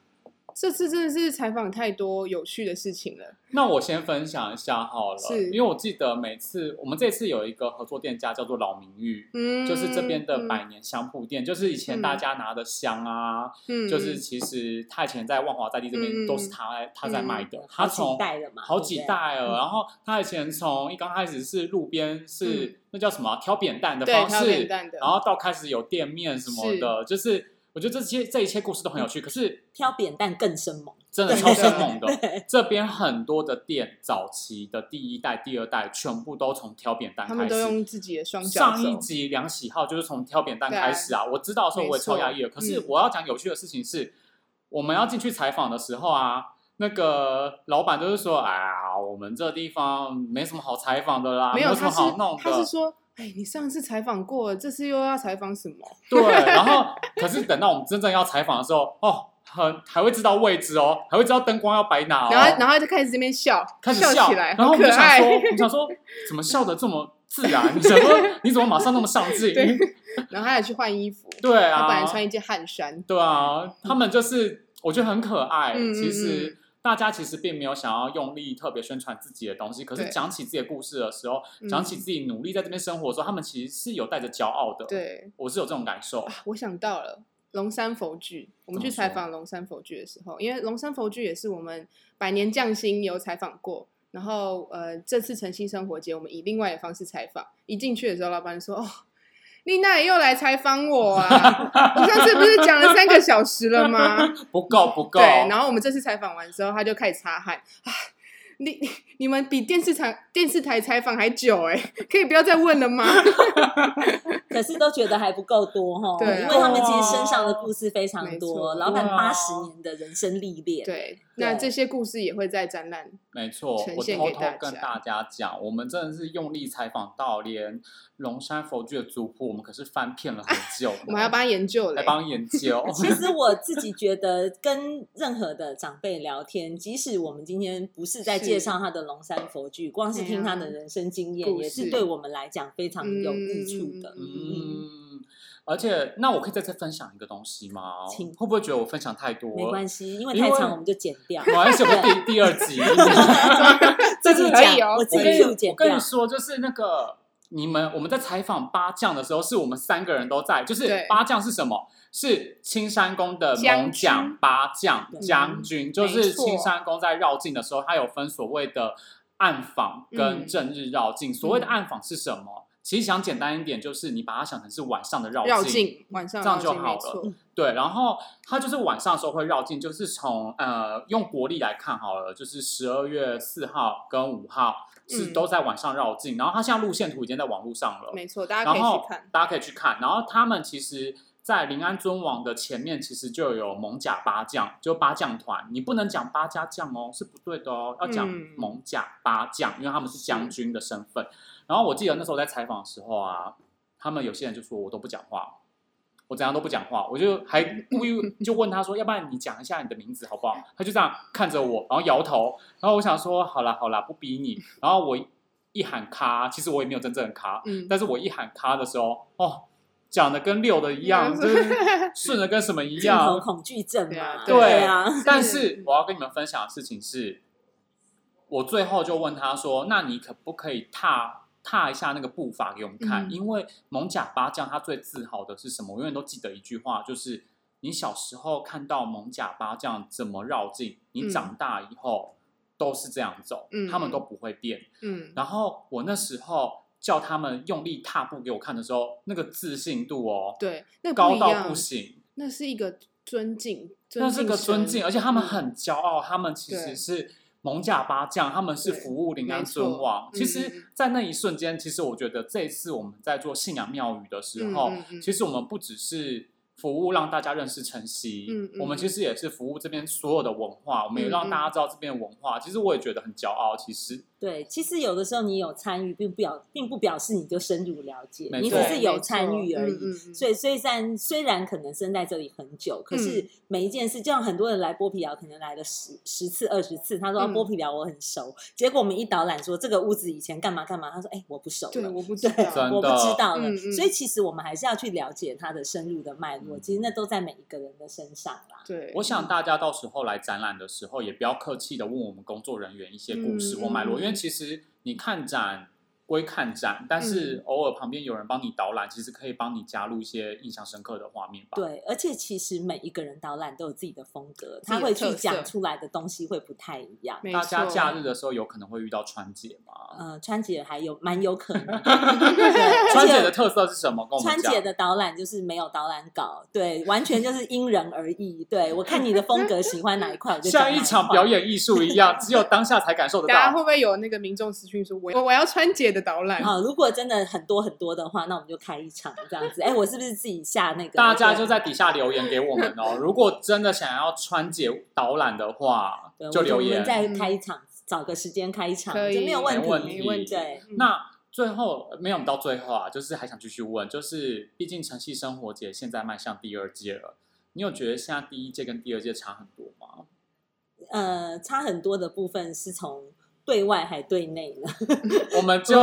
S3: 这次真的是采访太多有趣的事情了。
S1: 那我先分享一下好了，
S3: 是
S1: 因为我记得每次我们这次有一个合作店家叫做老明玉。
S3: 嗯，
S1: 就是这边的
S3: 嗯，
S1: 百年香铺店，就是以前大
S3: 嗯
S1: 家拿的香啊，
S3: 嗯
S1: 就是其实他以前在万华在地这边
S3: 嗯
S1: 都是他来他在卖的，他
S2: 好几
S1: 从
S2: 代了嘛，
S1: 好
S2: 对不
S1: 几
S2: 对
S1: 代了。
S2: 嗯
S1: 然后他以前从一刚开始是路边是、
S3: 嗯
S1: 那叫什么啊挑扁担的
S3: 对
S1: 方
S3: 挑
S1: 式，
S3: 扁担的，
S1: 然后到开始有店面什么的，就是我觉得这些这一切故事都很有趣。可是
S2: 挑扁担更生猛，
S1: 真的
S3: 对
S1: 超生猛的，
S2: 对，
S1: 这边很多的店早期的第一代、第二代全部都从挑扁担
S3: 他们
S1: 开
S3: 都
S1: 始。
S3: 用自己的双脚
S1: 上一
S3: 走。
S1: 集梁喜浩就是从挑扁担开始啊，我知道的时候我也超压抑的。
S3: 没错嗯
S1: 可是我要讲有趣的事情是，我们要进去采访的时候啊，那个老板就是说，哎呀，我们这地方没什么好采访的啦，
S3: 没
S1: 啊有什
S3: 他
S1: 么
S3: 是
S1: 好弄
S3: 他是
S1: 的。
S3: 说，哎，你上次采访过了，这次又要采访什么？
S1: 对，然后可是等到我们真正要采访的时候，哦，很还会知道位置哦，还会知道灯光要摆哪哦，
S3: 然后然后就开始这边笑，
S1: 开始
S3: 笑起来，
S1: 然后
S3: 好
S1: 我
S3: 可
S1: 们想
S3: 爱
S1: 说，。我们想说，怎么笑的这么自然？你想说你怎么马上那么上镜？
S3: 对 然后他也去换衣服，
S1: 对
S3: 他
S1: 啊，
S3: 本来穿一件汗衫，
S1: 对啊，他们就是我觉得很可爱。
S3: 嗯嗯嗯
S1: 其实大家其实并没有想要用力特别宣传自己的东西，可是
S3: 对
S1: 讲起自己的故事的时候，
S3: 嗯
S1: 讲起自己努力在这边生活的时候，他们其实是有带着骄傲的。，
S3: 对，啊
S1: 我是有这种感受。
S3: 我想到了龙山佛剧，我们去
S1: 怎么
S3: 采
S1: 说
S3: 访龙山佛剧的时候，因为龙山佛剧也是我们百年匠心有采访过。然后，呃，这次晨曦生活节，我们以另外的方式采访。一进去的时候，老板说：“哦，丽娜也又来采访我啊！我上次不是讲了三个小时 了吗？
S1: 不够，不够。
S3: 对，然后我们这次采访完之后，他就开始擦汗。啊，你你你们比电视台电视台采访还久哎、可以不要再问 了吗？
S2: 可是都觉得还不够多哈，
S3: 对啊
S2: 因为他们其实身上的故事非常多，
S3: 没错
S2: 老板
S1: 哦对啊
S2: 八十年的人生历练，
S3: 对，那
S2: 对
S3: 这些故事也会在展览。
S1: 没错，
S3: 呈
S1: 我
S3: 现
S1: 偷
S3: 给
S1: 偷
S3: 大
S1: 跟
S3: 家
S1: 大家讲，我们真的是用力采访到连龙山佛具的族谱，我们可是翻遍了很久的，
S3: 我们还要帮他研究嘞
S1: 来。帮研 究。
S2: 其实我自己觉得，跟任何的长辈聊天，即使我们今天不是在
S3: 是啊
S2: 介绍他的龙山佛具，光是听他的人生经验，
S3: 故事
S2: 也是对我们来讲非常有益处的。嗯，
S1: 嗯，而且那我可以在这分享一个东西吗？
S2: 请
S1: 会不会觉得我分享太多？
S2: 没关系，因为
S1: 因
S2: 太
S1: 为
S2: 长我们就剪 掉。
S1: 我还是我们第第二 集。
S2: 自
S3: 这
S2: 己
S3: 个可以
S2: 讲，
S3: 哦
S2: 我自己
S3: 这个
S2: Q
S1: 我
S2: 剪
S1: 跟
S2: 掉
S1: 你。说，就是那个你们我们在采访八将的时候，是我们三个人都在。就是
S3: 对
S1: 八将是什么？是青山宫的猛
S3: 将军嗯
S1: 将八将
S2: 对
S1: 将军，就
S3: 没
S1: 是
S3: 错
S1: 青山宫在绕境的时候，它有分所谓的暗访跟
S3: 嗯
S1: 正日绕境。所谓的
S3: 嗯
S1: 暗访是什么？其实想简单一点，就是你把它想成是晚上的
S3: 绕境晚上
S1: 这样就
S3: 绕境
S1: 好
S3: 没
S1: 了嗯
S3: 错
S1: 对，然后它就是晚上的时候会绕境，就是从呃用国历来看好了，就是十二月四号跟五号是
S3: 嗯
S1: 都在晚上绕境，然后它现在路线图已经在网络上了，
S3: 没错，大家
S1: 然
S3: 可以
S1: 后
S3: 去看。
S1: 大家可以去看，然后他们其实。在临安尊王的前面，其实就有蒙甲八将，就八将团。你不能讲八家将哦，是不对的哦，要讲
S3: 嗯
S1: 蒙甲八将，因为他们是将军的身份。然后我记得那时候在采访的时候啊，他们有些人就说我都不讲话，我怎样都不讲话，我就还故意就问他说， 要不然你讲一下你的名字好不好？他就这样看着我，然后摇头，然后我想说，好啦好啦，不逼你。然后我一喊咔，其实我也没有真正的咔，
S3: 嗯，
S1: 但是我一喊咔的时候，哦，讲的跟六的一样，
S3: 嗯
S1: 就是顺的跟什么一
S2: 镜头
S1: 样。
S2: 恐惧症嘛，
S3: 对
S1: 啊对
S2: 啊，
S1: 但是我要跟你们分享的事情是，我最后就问他说：“那你可不可以踏踏一下那个步伐给我们看？
S3: 嗯
S1: 因为蒙甲八将他最自豪的是什么？我永远都记得一句话，就是你小时候看到蒙甲八将怎么绕境，你
S3: 嗯
S1: 长大以后都是这样走，
S3: 嗯
S1: 他们都不会变。
S3: 嗯，
S1: 然后我那时候叫他们用力踏步给我看的时候，那个自信度哦，
S3: 对，那不
S1: 高
S3: 一
S1: 到
S3: 样
S1: 不，行，
S3: 那是一个尊敬，
S1: 那是个
S3: 尊
S1: 尊敬，而且他们
S3: 嗯
S1: 很骄傲，他们其实
S3: 对
S1: 是蒙甲八将，他们是
S3: 对
S1: 服务临安
S3: 没错
S1: 尊王。其
S3: 嗯嗯
S1: 实
S3: 嗯，
S1: 在那一瞬间，其实我觉得这一次我们在做信仰庙宇的时候，
S3: 嗯嗯嗯
S1: 其实我们不只是。服务让大家认识晨曦，
S3: 嗯嗯
S1: 我们其实也是服务这边所有的文化，我们也
S3: 嗯
S1: 让
S3: 嗯
S1: 大家知道这边的文化。其实我也觉得很骄傲，其实
S2: 对，其实有的时候你有参与，并不表并不表示你就深入了解，
S1: 没
S2: 你只
S1: 错
S2: 是
S3: 对
S2: 有
S3: 没
S2: 参
S3: 错
S2: 与而已。
S3: 嗯嗯嗯
S2: 所以虽然虽然可能生在这里很久，可是
S3: 嗯
S2: 每一件事，就像很多人来剥皮寮，可能来了十十次、二十次，他说、啊
S3: 嗯
S2: 剥皮寮我很熟，结果我们一导览说这个屋子以前干嘛干嘛，他说哎、我不熟
S3: 对，
S2: 了。
S3: 我不知
S2: 对，
S1: 真
S3: 道。
S2: 我不
S1: 的
S2: 知道了，
S3: 嗯嗯
S2: 所以其实我们还是要去了解它的深入的脉
S1: 嗯
S2: 络。其实那都在每一个人的身上啦。
S3: 对，
S1: 我想大家到时候来展览的时候，也不要客气的问我们工作人员一些故事
S3: 嗯
S1: 或脉络，
S3: 嗯
S1: 因为其实你看展归看展，但
S2: 嗯
S1: 是偶尔旁边有人帮你导览，其实可以帮你加入一些印象深刻的画面吧。，
S2: 对，而且其实每一个人导览都有自己的风格，
S3: 己的
S2: 他会去
S3: 特色
S2: 讲出来的东西会不太一样。
S3: 没
S1: 大家
S3: 错
S1: 假日的时候有可能会遇到川姐嘛？
S2: 呃，川姐还有蛮有可 能的，对
S1: 川姐
S2: 而且
S1: 的特色是什么？跟我
S2: 川
S1: 们讲
S2: 姐。的导览就是没有导览稿，对，完全就是因人而异。对我看你的风格喜欢哪一块，我就讲哪
S1: 像
S2: 一
S1: 一
S2: 块
S1: 场表。演艺术一样，只有当下才感受得
S3: 大家
S1: 到。
S3: 会不会有那个民众私讯说，我我我要川姐的导览？
S1: 哦
S2: 啊、如果真的很多很多的话，那我们就开一场这样子。哎，我是不是自己下那个？
S1: 大家就在底下留言给我们哦。如果真的想要川姐导览的话
S2: 对，，
S1: 就
S2: 我
S1: 留
S2: 们我们
S1: 言。
S2: 再开一场，找个时间开一场，
S3: 可以
S2: 这没有问
S1: 没问
S2: 题。
S1: 题
S2: 对，
S3: 嗯
S1: 那最后没有我们到最后啊，就是还想继续问，就是毕竟城市生活节现在迈向第二届了，你有觉得现在第一届跟第二届差很多 吗？
S2: 呃，差很多的部分是从对外还对内呢。
S1: 我们就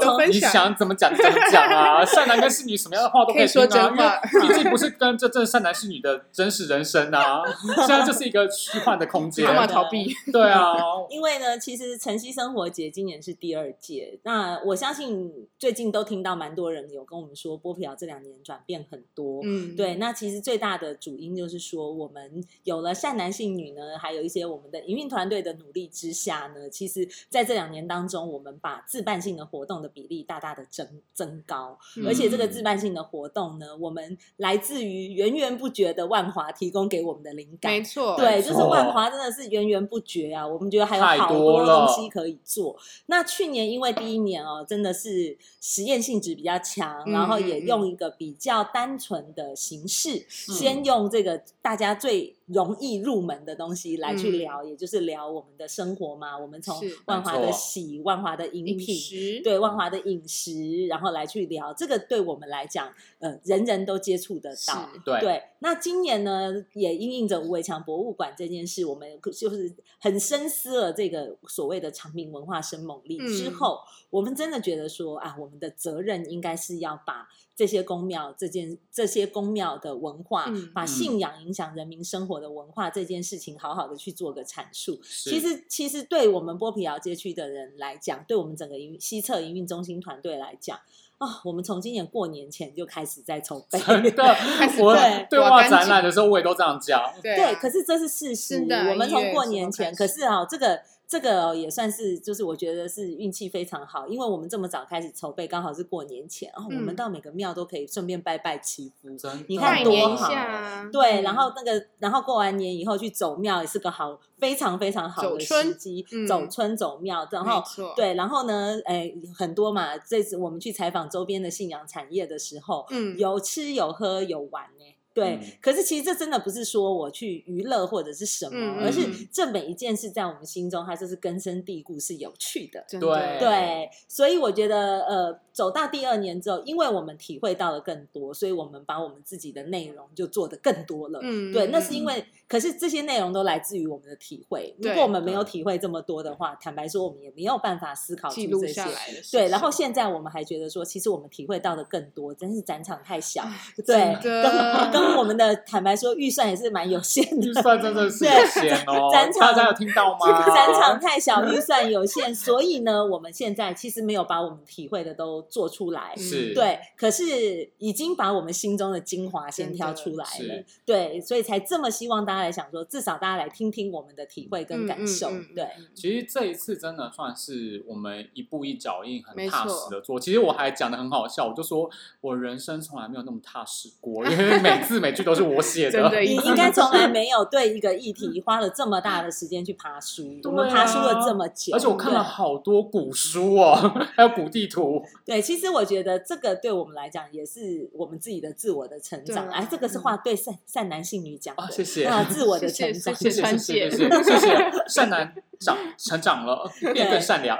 S3: 都分
S1: 你
S3: 享
S1: 想怎么讲就怎么讲啊，善男跟侍女什么样的话都
S3: 可以
S1: 听
S3: 说
S1: 啊，
S3: 真话
S1: 因为毕竟不是跟这这善男信女的真实人生啊， 现在就是一个虚幻的空间
S3: 干，嘛
S2: 对
S3: 逃避？
S1: 对 啊，
S2: 因为呢，其实晨曦生活节今年是第二届，那我相信最近都听到蛮多人有跟我们说，剥皮寮这两年转变很多。
S3: 嗯，
S2: 对，那其实最大的主因就是说，我们有了善男信女呢，还有一些我们的营运团队的努力之下呢，其实在这两年当中，我们把自办性的活动的比例大大的增增高，
S3: 嗯，
S2: 而且这个
S1: 嗯
S2: 自办性的活动呢，我们来自于源源不绝的万华提供给我们的灵感
S3: 没。错，
S2: 对，
S1: 没
S2: 就是
S1: 错
S2: 万华真的是源源不绝啊！我们觉得还有
S1: 太
S2: 好
S1: 多
S2: 东
S1: 了
S2: 西可以做。那去年因为第一年哦，真的是实验性质比较强，
S3: 嗯
S2: 然后也
S3: 嗯嗯
S2: 用一个比较单纯的形式，
S1: 嗯
S2: 先用这个大家最容易入门的东西来去聊，也就是聊我们的生活嘛。我们从
S3: 是
S2: 万华的
S1: 嗯没错
S2: 喜、万华的饮
S3: 饮
S2: 品、
S3: 食，
S2: 对万华的饮食，然后来去聊这个，对我们来讲，呃，人人都接触得
S3: 是
S2: 到。
S1: 对
S2: 对，那今年呢，也因应着吴伟强博物馆这件事，我们就是很深思了这个所谓的长明文化生猛力之
S3: 嗯
S2: 后，我们真的觉得说啊，我们的责任应该是要把这些宫庙这件这些宫庙的文化，
S3: 嗯
S2: 把
S1: 嗯
S2: 信仰影响人民生活的文化这件事情，好好的去做个阐述。
S1: 是
S2: 其 实，其实对我们剥皮寮街区的人来讲，对我们整个营运西侧营运中心团队来讲，啊、我们从今年过年前就开始在筹备。
S1: 真的
S3: 开始，
S1: 我
S2: 对
S1: 对
S3: 我
S1: 外
S3: 干净
S1: 展览的时候我也都这样讲，
S3: 对啊
S2: 对，可是这是事实。
S3: 真的
S2: 我们
S3: 1
S2: 从
S3: 月
S2: 过
S3: 什么
S2: 年前，
S3: 开
S2: 可
S3: 始
S2: 是哦，这个这个哦也算是，就是我觉得是运气非常好，因为我们这么早开始筹备，刚好是过年前，哦，我们
S3: 嗯
S2: 到每个庙都可以顺便拜拜祈福。
S1: 真的
S2: 你看
S3: 拜
S2: 多
S3: 年一
S2: 好
S3: 下啊，
S2: 对，
S3: 嗯
S2: 然后那个，然后过完年以后去走庙也是个好，非常非常好
S3: 走
S2: 的时
S3: 春
S2: 机，
S3: 嗯
S2: 走村走庙，然
S3: 没
S2: 后
S3: 错，
S2: 对，然后呢，哎，很多嘛。这次我们去采访周边的信仰产业的时候，
S3: 嗯，
S2: 有吃有喝有玩呢、对，
S1: 嗯
S2: 可是其实这真的不是说我去娱乐或者是什么，
S3: 嗯
S2: 而
S1: 嗯
S2: 是
S3: 嗯
S2: 这每一件事在我们心中，它就是根深蒂固，是有趣的。
S3: 真
S1: 对
S3: 的
S2: 对，所以我觉得，呃，走到第二年之后，因为我们体会到了更多，所以我们把我们自己的内容就做得更多了。
S3: 嗯，
S2: 对，那是因
S3: 嗯
S2: 为，可是这些内容都来自于我们的体会。如
S3: 对
S2: 果我们没有
S1: 对
S2: 体会这么多的话，坦白说，我们也没有办法思考
S3: 记
S2: 出
S3: 录
S2: 这
S3: 下
S2: 些。
S3: 来的事情，
S2: 对，然后现在我们还觉得说，其实我们体会到的更多，真是展场太小，
S3: 啊
S2: 对
S3: 真，
S2: 跟
S3: 的
S2: 跟我们的坦白说，预算也是蛮有限
S1: 预
S2: 的。，
S1: 算真的是有限哦
S2: 展场
S1: 大家有听到吗？
S2: 展场太小，预算 有限，所以呢，我们现在其实没有把我们体会的都做出来。
S1: 是，
S2: 嗯对，可是已经把我们心中的精华先挑出来
S1: 真的
S2: 了
S1: 是，
S2: 对，所以才这么希望大家来想说，至少大家来听听我们的体会跟
S3: 嗯
S2: 感
S3: 嗯
S2: 受，
S3: 嗯嗯
S2: 对，
S3: 嗯
S1: 其实这一次真的算是我们一步一脚印，很
S3: 没
S1: 踏
S3: 错
S1: 实的做。其实我还讲的很好笑，我就说我人生从来没有那么踏实过，因为每字每句都是我 写
S3: 真的
S2: 你应该从来没有对一个
S3: 嗯
S2: 议题花了这么大的时间去爬书，我们
S1: 对
S2: 爬
S1: 啊
S2: 书了这么久，
S1: 而且我看了
S2: 对
S1: 好多古书哦， 还有古地图，
S2: 对，其实我觉得这个对我们来讲也是我们自己的自我的成长。
S3: 对啊
S2: 哎，这个是
S3: 嗯
S2: 话对善善男信女讲的，
S1: 啊谢谢
S2: 啊，自我的
S3: 谢
S2: 成长。
S3: 谢
S1: 谢谢
S3: 川
S1: 谢谢谢
S3: 姐
S1: 谢谢谢善男长成长 了，变更善良。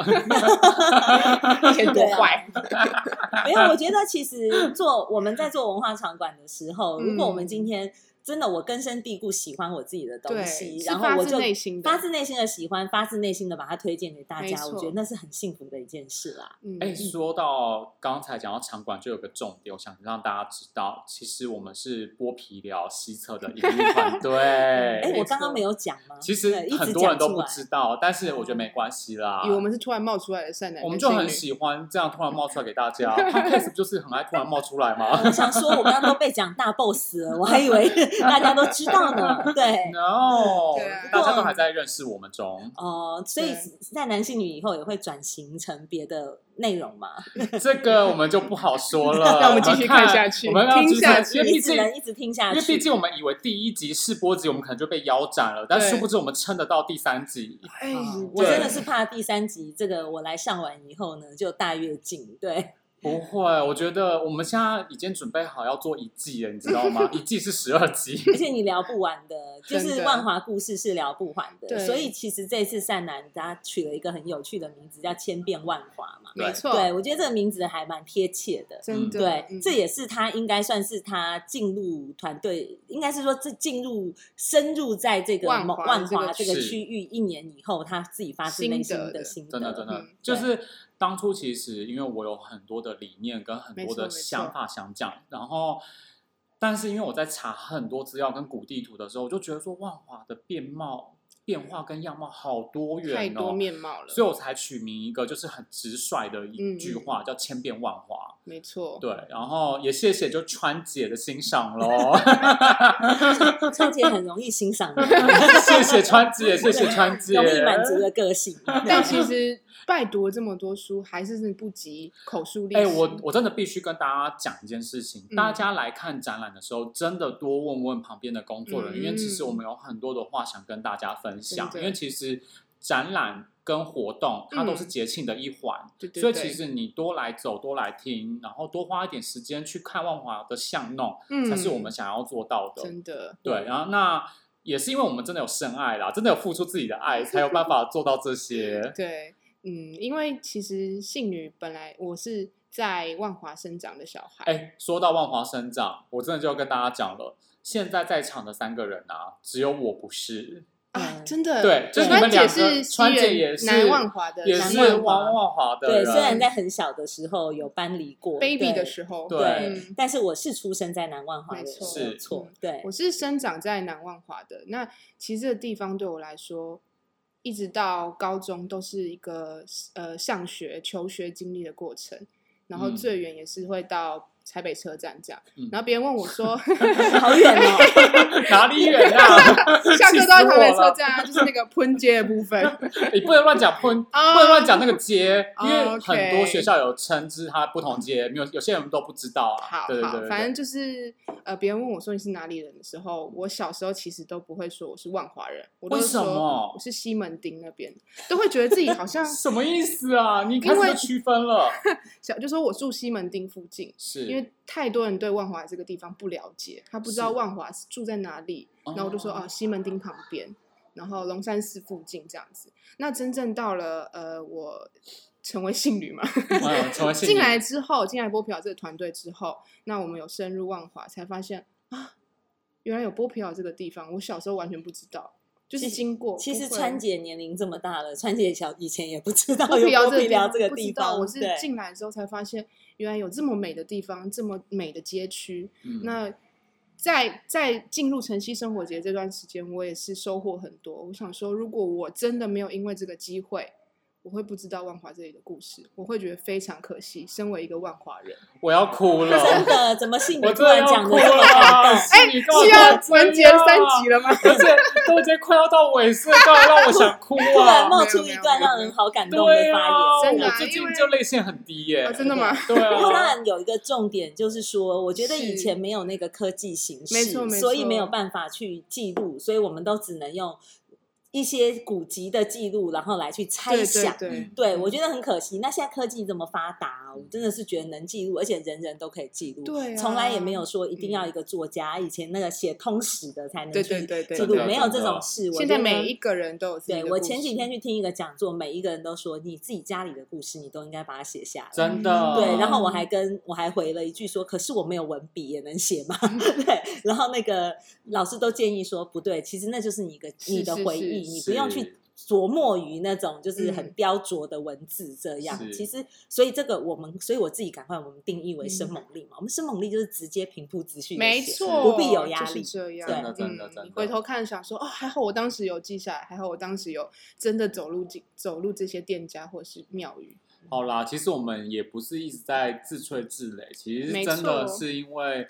S3: 以前多坏，
S2: 没有，我觉得其实做我们在做文化场馆的时候，
S3: 嗯
S2: 如果我们今天真的我根深蒂固喜欢我自己的东
S3: 对，
S2: 西，
S3: 是
S2: 然后
S3: 发
S2: 我
S3: 自
S2: 就
S3: 内心的
S2: 发自内心的喜欢，发自内心的把它推荐给大
S3: 没
S2: 家，
S3: 错
S2: 我觉得那是很幸福的一件事啦。
S3: 嗯
S1: 哎、说到刚才讲到场馆，就有个重点，我想让大家知道，其实我们是剥皮聊西侧的营运 团队。
S2: 哎，我
S3: 没
S2: 刚刚
S3: 错
S2: 没有讲吗？
S1: 其实
S2: 对一直
S1: 很多人都
S2: 讲
S1: 不
S2: 出来
S1: 知道，但是我觉得没关系啦。
S3: 嗯以为我们是突然冒出来的善男，
S1: 我们就很，喜欢这样突然冒出来给大 家。Podcast 不就是很爱突然冒出来吗
S2: 我想说，我刚刚都被讲大 boss 了，我还以为 大家都知道呢。对，
S1: ？No，
S3: 对啊
S1: 大家都还在认识我们中。
S2: 哦、所以
S3: 对
S2: 在男性女以后也会转型成别的内容嘛？
S1: 这个我们就不好说了。
S3: 那我们继续看下去
S1: 我们要
S3: 听
S1: 继续
S3: 下
S1: 看
S3: 去
S1: 因为
S2: 你
S1: 毕
S2: 只
S1: 竟
S2: 能一直听下
S1: 因
S2: 去，
S1: 为毕竟我们以为第一集试播集，我们可能就被腰斩了，但
S3: 对
S1: 殊不知我们撑得到第三集。
S3: 哎
S2: 嗯我
S1: 对
S2: 真的是怕第三集这个我来上完以后呢，就大跃进。对，
S1: 不会，我觉得我们现在已经准备好要做一季了，你知道吗？ 一季是十二集。
S2: 而且你聊不完的，就
S3: 真的
S2: 是万华故事是聊不完的。
S3: 对
S2: 所以其实这次善男他取了一个很有趣的名字，叫千变万华嘛。
S3: 没错，
S2: 对，我觉得这个名字还蛮贴切的。
S3: 真的，
S2: 对，
S3: 嗯
S2: 这也是他应该算是他进入团队，应该是说这进入深入在这个
S3: 万
S2: 某
S3: 华
S2: 万
S3: 这个
S2: 华这个
S1: 是
S2: 区域一年以后，他自己发自内心
S3: 心得的
S2: 的心得，
S1: 真的真的
S3: 嗯，
S1: 就是当初其实因为我有很多的理念跟很多
S3: 没错没
S1: 的
S3: 错
S1: 想法想讲，然后但是因为我在查很多资料跟古地图的时候，我就觉得说万华的变貌、变化跟样貌好多
S3: 太
S1: 元
S3: 多
S1: 哦，
S3: 面貌了，
S1: 所以我才取名一个就是很直率的一句
S3: 嗯
S1: 话，叫千变万化。
S3: 没错，
S1: 对，然后也谢谢就川姐的欣赏 喽，
S2: 川姐很容易欣赏你，
S1: 谢谢川姐，谢谢川姐，
S2: 容易满足的个性。
S3: 但其实拜读了这么多书，还是真的不及口述历史。
S1: 哎、我我真的必须跟大家讲一件事情，
S3: 嗯
S1: 大家来看展览的时候，真的多问问旁边的工作人员，
S3: 嗯
S1: 因为其实我们有很多的话想跟大家分享，
S3: 真
S1: 因
S3: 的
S1: 为其实展览。跟活动，它都是节庆的一环，
S3: 对嗯对
S1: 所以
S3: 对
S1: 其实你多来走、多来听，然后多花一点时间去看万华的巷弄，
S3: 嗯
S1: 才是我们想要做到的。
S3: 真的
S1: 对，然后那也是因为我们真的有深爱啦，真的有付出自己的爱，才有办法做到这些。
S3: 对，嗯，因为其实信女本来我是在万华生长的小孩，
S1: 哎，说到万华生长，我真的就要跟大家讲了，现在在场的三个人啊，只有我不是，
S3: 啊，
S2: 嗯
S3: 真的，
S1: 对就是
S3: 川
S1: 你们
S3: 姐
S1: 两
S3: 是
S1: 个
S3: 西
S1: 川姐
S3: 园
S1: 也是
S3: 南万华的，
S1: 也
S3: 南
S1: 是
S3: 万华
S1: 万万华的
S2: 对，
S1: 人。
S2: 虽然在很小的时候有搬离过
S3: baby 的
S2: 对
S3: 时候，
S1: 对
S3: 嗯
S2: 对，但是我是出生在南万华的，
S3: 没错
S1: 是
S2: 没有错
S3: 嗯，
S2: 对
S3: 我，是生长在南万华的，那其实这个地方对我来说，一直到高中都是一个呃上学求学经历的过程，然后
S1: 嗯
S3: 最远也是会到台北车站这样。
S1: 嗯
S3: 然后别人问 我说，
S2: 好远 哦，
S1: 哪里远啊？
S3: 下
S1: 气
S3: 课都
S1: 死
S3: 到台北
S1: 我
S3: 车
S1: 了
S3: 站啊，就是那个喷街的 部分。哦
S1: 你不能乱讲喷，
S3: 啊
S1: 不能乱讲那个街，因
S3: 哦
S1: 为很
S3: ，OK
S1: 多学校有称之它不同街，没有有些人都不知道啊。
S3: 好
S1: 对对
S3: 好
S1: 对，对，
S3: 反正就是呃，别人问我说你是哪里人的时候，我小时候其实都不会说我是万华人，我都
S1: 为
S3: 是
S1: 什
S3: 说
S1: 么
S3: 我是西门町那边，都会觉得自己好像
S1: 什么意思啊？你开始
S3: 因为
S1: 就区分了，
S3: 小，就说我住西门町附近。
S1: 是
S3: 因为太多人对万华这个地方不了解，他不知道
S1: 是
S3: 万华是住在哪里，然后我就说
S1: 哦
S3: 啊，西门町旁边，然后龙山寺附近这样子。那真正到了呃，我成为 信女嘛，
S1: 嗯成为性
S3: 进来之后，进来波皮岛这个团队之后，那我们有深入万华，才发现啊，原来有波皮岛这个地方，我小时候完全不知道，就是
S2: 其实
S3: 经过。
S2: 其实
S3: 不会
S2: 川姐年龄这么大了，川姐小以前也不知道
S3: 波
S2: 有
S3: 皮寮
S2: 剥皮寮
S3: 这
S2: 这
S3: 个
S2: 个
S3: 不知
S2: 地
S3: 道，
S2: 方，
S3: 我是
S2: 对
S3: 进来之后才发现，原来有这么美的地方，这么美的街区。
S1: 嗯
S3: 那在在进入晨曦生活节这段时间，我也是收获很多。我想说，如果我真的没有因为这个机会，我会不知道万华这里的故事，我会觉得非常可惜。身为一个万华人，
S1: 我要哭 了，
S2: 真的怎么是你
S1: 我
S2: 突
S1: 真的
S2: 然
S1: 要
S2: 讲
S1: 哭
S2: 的这么感
S1: 了
S2: 动？。
S1: 哎，你干嘛
S3: 是要
S1: 这样
S3: 完结三集了吗？
S1: 啊而且都已经快要到尾声，当然让我想哭
S2: 突然
S1: 啊！
S2: 冒出一段让人好感动的
S1: 对啊，
S2: 发言，
S3: 真的
S1: 我
S3: 啊
S1: 最
S3: 因
S1: 近
S3: 为
S1: 就泪腺很低耶、
S3: 啊真的吗？
S1: 对
S2: 不过当
S1: 啊，
S2: 然有一个重点，就是说，我觉得以
S3: 是
S2: 前没有那个科技形式，
S3: 没错没错
S2: 所以没有办法去记录，所以我们都只能用一些古籍的记录，然后来去猜
S3: 对
S2: 想
S3: 对。对，
S2: 对，我觉得很可惜。那现在科技这么发达哦，我真的是觉得能记录，而且人人都可以记录，
S3: 对啊嗯
S2: 从来也没有说一定要一个作家，以前那个写通史的才能去
S3: 对对对对
S2: 记
S1: 真
S2: 录，
S1: 的
S2: 没有
S1: 真
S2: 这
S1: 的
S2: 种事。我
S3: 现在
S2: 觉得
S3: 每一个人都有自己
S2: 对
S3: 的故事。
S2: 我前几天去听一个讲座，每一个人都说，你自己家里的故事，你都应该把它写下来。
S1: 真的。
S2: 对，然
S3: 哦
S2: 后我还跟我还回了一句说，可是我没有文笔，也能写吗？ 对，然后那个老师都建议说，不对，其实那就是你一个
S3: 是
S2: 你的
S3: 是
S2: 回
S3: 是
S2: 忆，你不
S1: 是
S2: 用去琢磨于那种就是很
S3: 嗯
S2: 雕琢的文字这样。
S1: 是
S2: 其实，所以这个我们，所以我自己赶快我们定义为生
S3: 嗯
S2: 猛力嘛，我们生猛力就是直接平铺直叙，
S3: 没错，
S2: 不必有压力
S3: 就是这样，
S2: 真
S1: 的真的
S3: 嗯
S1: 真的
S3: 回头看想说，哦，还好我当时有记下来，还好我当时有真的走入进走入这些店家或是庙宇。
S1: 好啦，其实我们也不是一直在自吹自擂，其实
S3: 没
S1: 真的
S3: 错
S1: 是因为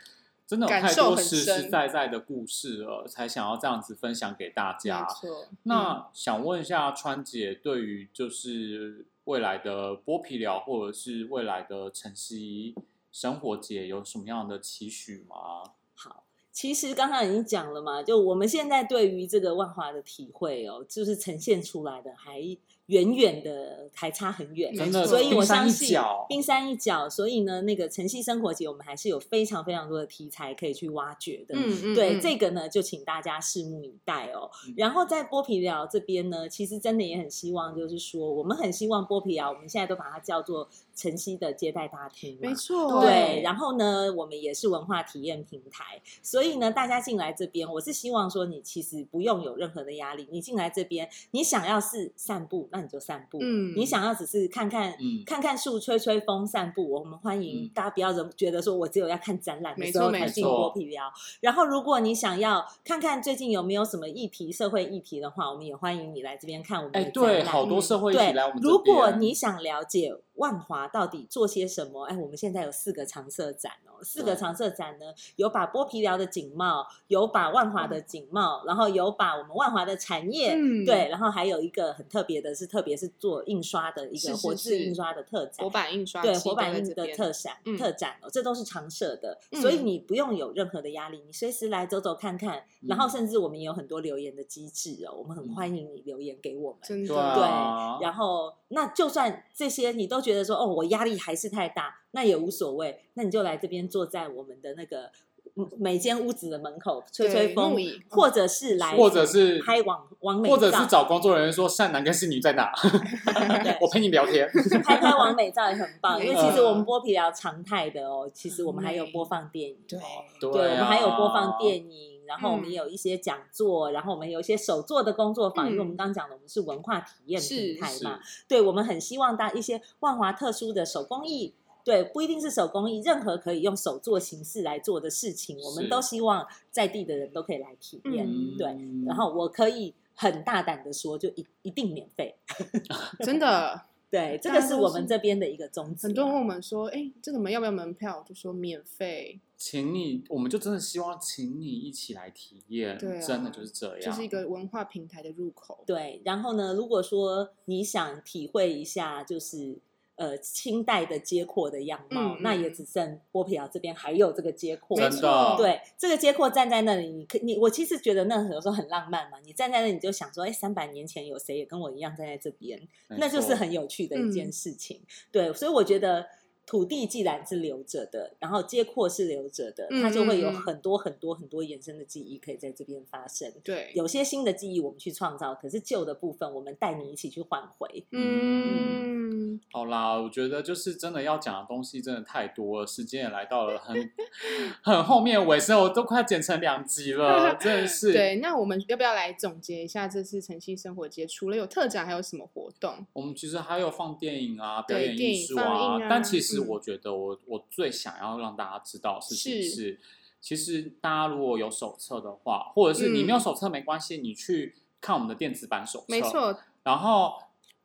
S1: 真的有
S3: 感
S1: 太
S3: 受
S1: 多
S3: 很
S1: 实实
S3: 深
S1: 在在的故事了，才想要这样子分享给大
S3: 没
S1: 家。
S3: 错，嗯
S1: 那想问一下川姐，对于就是未来的剥皮疗或者是未来的晨曦生活节有什么样的期许吗？
S2: 其实刚刚已经讲了嘛，就我们现在对于这个万华的体会哦，就是呈现出来的还远远的还差很远，
S1: 真的，
S3: 没错
S2: 所以我
S1: 呃冰山
S2: 相
S1: 一
S2: 信
S1: 角
S2: 冰山一角。所以呢，那个晨曦生活节，我们还是有非常非常多的题材可以去挖掘的。
S3: 嗯嗯，
S2: 对
S3: 嗯
S2: 这个呢，就请大家拭目以待哦。
S1: 嗯
S2: 然后在剥皮疗这边呢，其实真的也很希望，就是说，我们很希望剥皮疗，我们现在都把它叫做晨曦的接待大厅嘛，
S3: 没错，
S2: 对，然后呢，我们也是文化体验平台，所以呢，大家进来这边，我是希望说你其实不用有任何的压力，你进来这边，你想要是散步，那你就散步；
S3: 嗯
S2: 你想要只是看看。
S1: 嗯，
S2: 看看树，吹吹风，散步，我们欢迎、
S1: 嗯
S2: 大家不要人觉得说我只有要看展览的
S3: 没
S2: 时
S3: 错
S2: 候
S3: 没
S2: 才进
S1: 错
S2: 剥皮寮。然后，如果你想要看看最近有没有什么议题、社会议题的话，我们也欢迎你来这边看我们的
S1: 哎，
S2: 展览。
S1: 对，好多
S3: 嗯
S1: 社会一起
S2: 对
S1: 来我们，这
S2: 如果
S1: 边
S2: 你想了解万华到底做些什么，哎，我们现在有四个常设展哦，四个
S1: 对
S2: 常设展呢，有把剥皮寮的景貌，有把万华
S1: 嗯
S2: 的景貌，然后有把我们万华的产业。
S3: 嗯，
S2: 对，，然后还有一个很特别的是，特别是做印刷的一
S3: 是
S2: 个
S3: 是
S2: 活字
S3: 是
S2: 印刷的特展，
S3: 活版印刷
S2: 对
S3: 机
S2: 活
S3: 都
S2: 版
S3: 在
S2: 印
S3: 这
S2: 的
S3: 边
S2: 特展、
S3: 嗯
S2: 特展哦，这都是常设的，所以
S3: 嗯
S2: 你不用有任何的压力，你随时来走走看看，然
S3: 嗯
S2: 后甚至我们也有很多留言的机制哦，我们很
S1: 嗯
S2: 欢迎你留言给我们。
S3: 真
S1: 对
S3: 的
S1: 啊
S2: 然后，那就算这些你都觉得说，哦，我压力还是太大，那也无所谓，那你就来这边坐在我们的那个嗯每间屋子的门口吹吹
S3: 对木
S2: 风，
S3: 椅，
S2: 或者是来，
S1: 或者是
S2: 拍网网美照，
S1: 或者是找工作人员说善男跟侍女在哪，
S2: 对
S1: 我陪你聊天。
S2: 拍拍网美照也很棒，
S3: 没嗯
S2: 因为其实
S1: 错
S2: 我们剥皮聊常态的哦，其实我们还有播放电影
S3: 对嗯
S2: 哦，
S1: 对
S2: 对，我们还有播放
S1: 影。
S2: 电影，然后我们也有一些讲座，然后我们有一些手作的工作坊，因为我们
S3: 嗯
S2: 刚刚讲的我们是文化体验
S3: 是
S2: 平台
S1: 是
S2: 嘛，对，我们很希望大一些万华特殊的手工艺。对，不一定是手工艺，任何可以用手做形式来做的事情，我们
S1: 是
S2: 都希望在地的人都可以来体验。
S3: 嗯
S2: 对，然后我可以很大胆的说，就一一定免费。
S3: 真的
S2: 对，这
S3: 大
S2: 个
S3: 家
S2: 是
S3: 都
S2: 我
S3: 是
S2: 们这边的一个宗旨啊。
S3: 很多人问我们说，哎，这个门要不要门票？我就说免费，
S1: 请你，我们就真的希望请你一起来体验，
S3: 对啊
S1: 真的就是这样，
S3: 就是一个文化平台的入口。
S2: 对，然后呢，如果说你想体会一下，就是呃清代的街廓的样貌，
S3: 嗯
S2: 那
S3: 嗯
S2: 也只剩剥皮寮这边还有这个街廓。
S3: 没
S1: 真
S3: 错
S1: 的，
S2: 对，这个街廓站在那里，你可你我其实觉得那有时候很浪漫嘛。你站在那里，你就想说，哎，三百年前有谁也跟我一样站在这边，
S1: 没
S2: 那就是
S1: 错
S2: 很有趣的一件
S3: 嗯
S2: 事情。对，所以我觉得土地既然是留着的，然后街廓是留着的，它就会有
S3: 嗯嗯嗯
S2: 很多很多很多衍生的记忆可以在这边发生。
S3: 对，
S2: 有些新的记忆我们去创造，可是旧的部分我们带你一起去换回。
S3: 嗯，
S1: 好啦，我觉得就是真的要讲的东西真的太多了，时间也来到了 很很后面尾声，我都快剪成两集了， 真的是。
S3: 对，那我们要不要来总结一下这次晨曦生活节？除了有特展，还有什么活动？
S1: 我们其实还有放电影啊，表
S3: 对
S1: 演
S3: 电
S1: 艺
S3: 影
S1: 术
S3: 放映啊
S1: 但其实
S3: 嗯
S1: 我觉得我、我最想要让大家知道的事情
S3: 是
S1: 是，其实大家如果有手册的话，或者是你没有手册没关系，你去看我们的电子版手册，
S3: 嗯没错，
S1: 然后，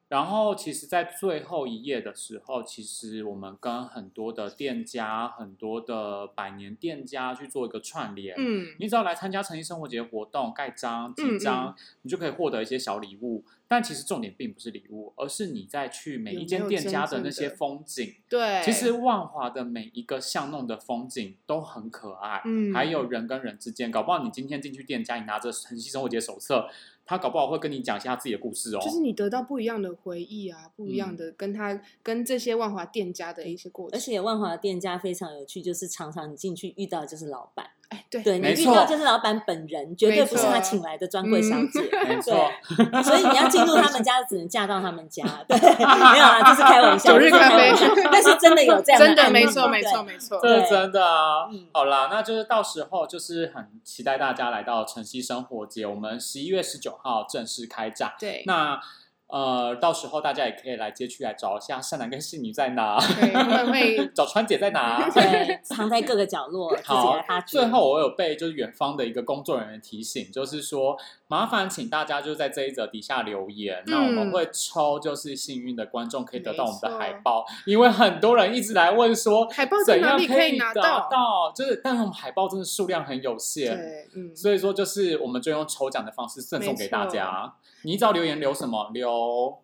S1: 然后其实，在最后一页的时候，其实我们跟很多的店家、很多的百年店家去做一个串联。
S3: 嗯，
S1: 你只要来参加诚意生活节活动，盖章、
S3: 嗯
S1: 集
S3: 嗯
S1: 章，你就可以获得一些小礼物。但其实重点并不是礼物，而是你在去每
S3: 有
S1: 一
S3: 没
S1: 间
S3: 有
S1: 店家
S3: 真
S1: 的
S3: 正
S1: 那些
S3: 的
S1: 风景。
S3: 对，
S1: 其实万华的每一个巷弄的风景都很可爱，
S3: 嗯
S1: 还有人跟人之间，搞不好你今天进去店家，你拿着晨曦生活节手册，他搞不好会跟你讲一些他自己的故事哦。
S3: 就是你得到不一样的回忆啊，不一
S1: 嗯
S3: 样的跟他跟这些万华店家的一些过
S2: 而
S3: 程。
S2: 且万华的店家非常有趣，就是常常你进去遇到的就是老板，
S3: 哎，对，
S2: 对你
S1: 没
S2: 遇
S1: 错
S2: 到就是老板本人，绝对不是他请来的专柜小姐。
S3: 嗯
S1: 没错，
S2: 对， 所以你要进入他们家，只能嫁到他 们家。对，没有啦，这是开玩笑，
S3: 九日
S2: 这是
S3: 咖
S2: 开
S3: 啡
S2: 玩笑，但是真的有这样
S3: 真
S2: 的
S3: 的
S2: 案例，
S3: 没错，
S2: 对
S3: 没
S2: 不对
S3: 错，。没错。
S1: 这
S2: 对
S1: 是真的啊
S2: 嗯。
S1: 好啦，那就是到时候就是很期待大家来到晨曦生活节，我们十一月十九号正式开战。
S3: 对，
S1: 那呃，到时候大家也可以来街区来找一下善男跟信女在哪，
S3: 对，我们会
S1: 找川姐在哪。
S2: 对，藏在各个角落，自己
S1: 好
S2: 来发，掘。
S1: 最后我有被就是远方的一个工作人员提醒，就是说麻烦请大家就是在这一则底下留言，那我
S2: 嗯
S1: 们会抽就是幸运的观众可以得到我们的海报，因为很多人一直来问说
S3: 海报在
S1: 怎
S3: 哪
S1: 样
S3: 里可
S1: 以
S3: 以拿
S1: 到
S3: 到？
S1: 就是但是我们海报真的数量很有限。
S3: 对，嗯，
S1: 所以说，就是我们就用抽奖的方式赠送给大家。你只要留言留什么留，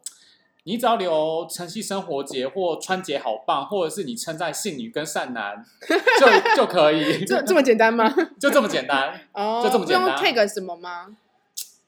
S1: 你只要留晨曦生活节或川节好棒，或者是你称赞信女跟善 男就就可以。
S3: 这这么简单吗？
S1: 就这么简 单，
S3: 哦，
S1: 就这么简单
S3: 不用 tag 什么吗？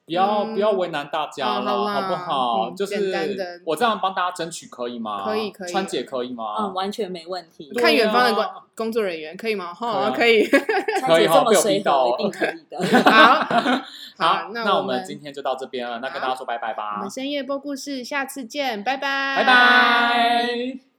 S1: 不要、
S3: 嗯
S1: 不要为难大家
S3: 哦好啦
S1: 好不好？
S3: 嗯
S1: 就
S3: 简单的
S1: 是我这样帮大家争取可以吗？
S3: 可以可以
S1: 川姐可以吗？
S2: 嗯，完全没问题。
S1: 对啊
S3: 看远方的工工作人员可以吗？哈，
S1: 可
S3: 可以。
S2: 川姐
S1: 可以啊
S2: 这
S1: 哦
S2: 么
S1: 被我
S2: 随
S1: 逼到
S2: 和，
S1: 哦
S2: 一定可以 的。
S3: 好，
S1: 好，
S3: 那
S1: 那
S3: 我
S1: 们
S3: 们
S1: 今天就到这边了，那跟
S3: 好
S1: 大家说拜拜
S3: 我
S1: 吧
S3: 们，深夜播故事，下次见，拜拜，
S1: 拜拜。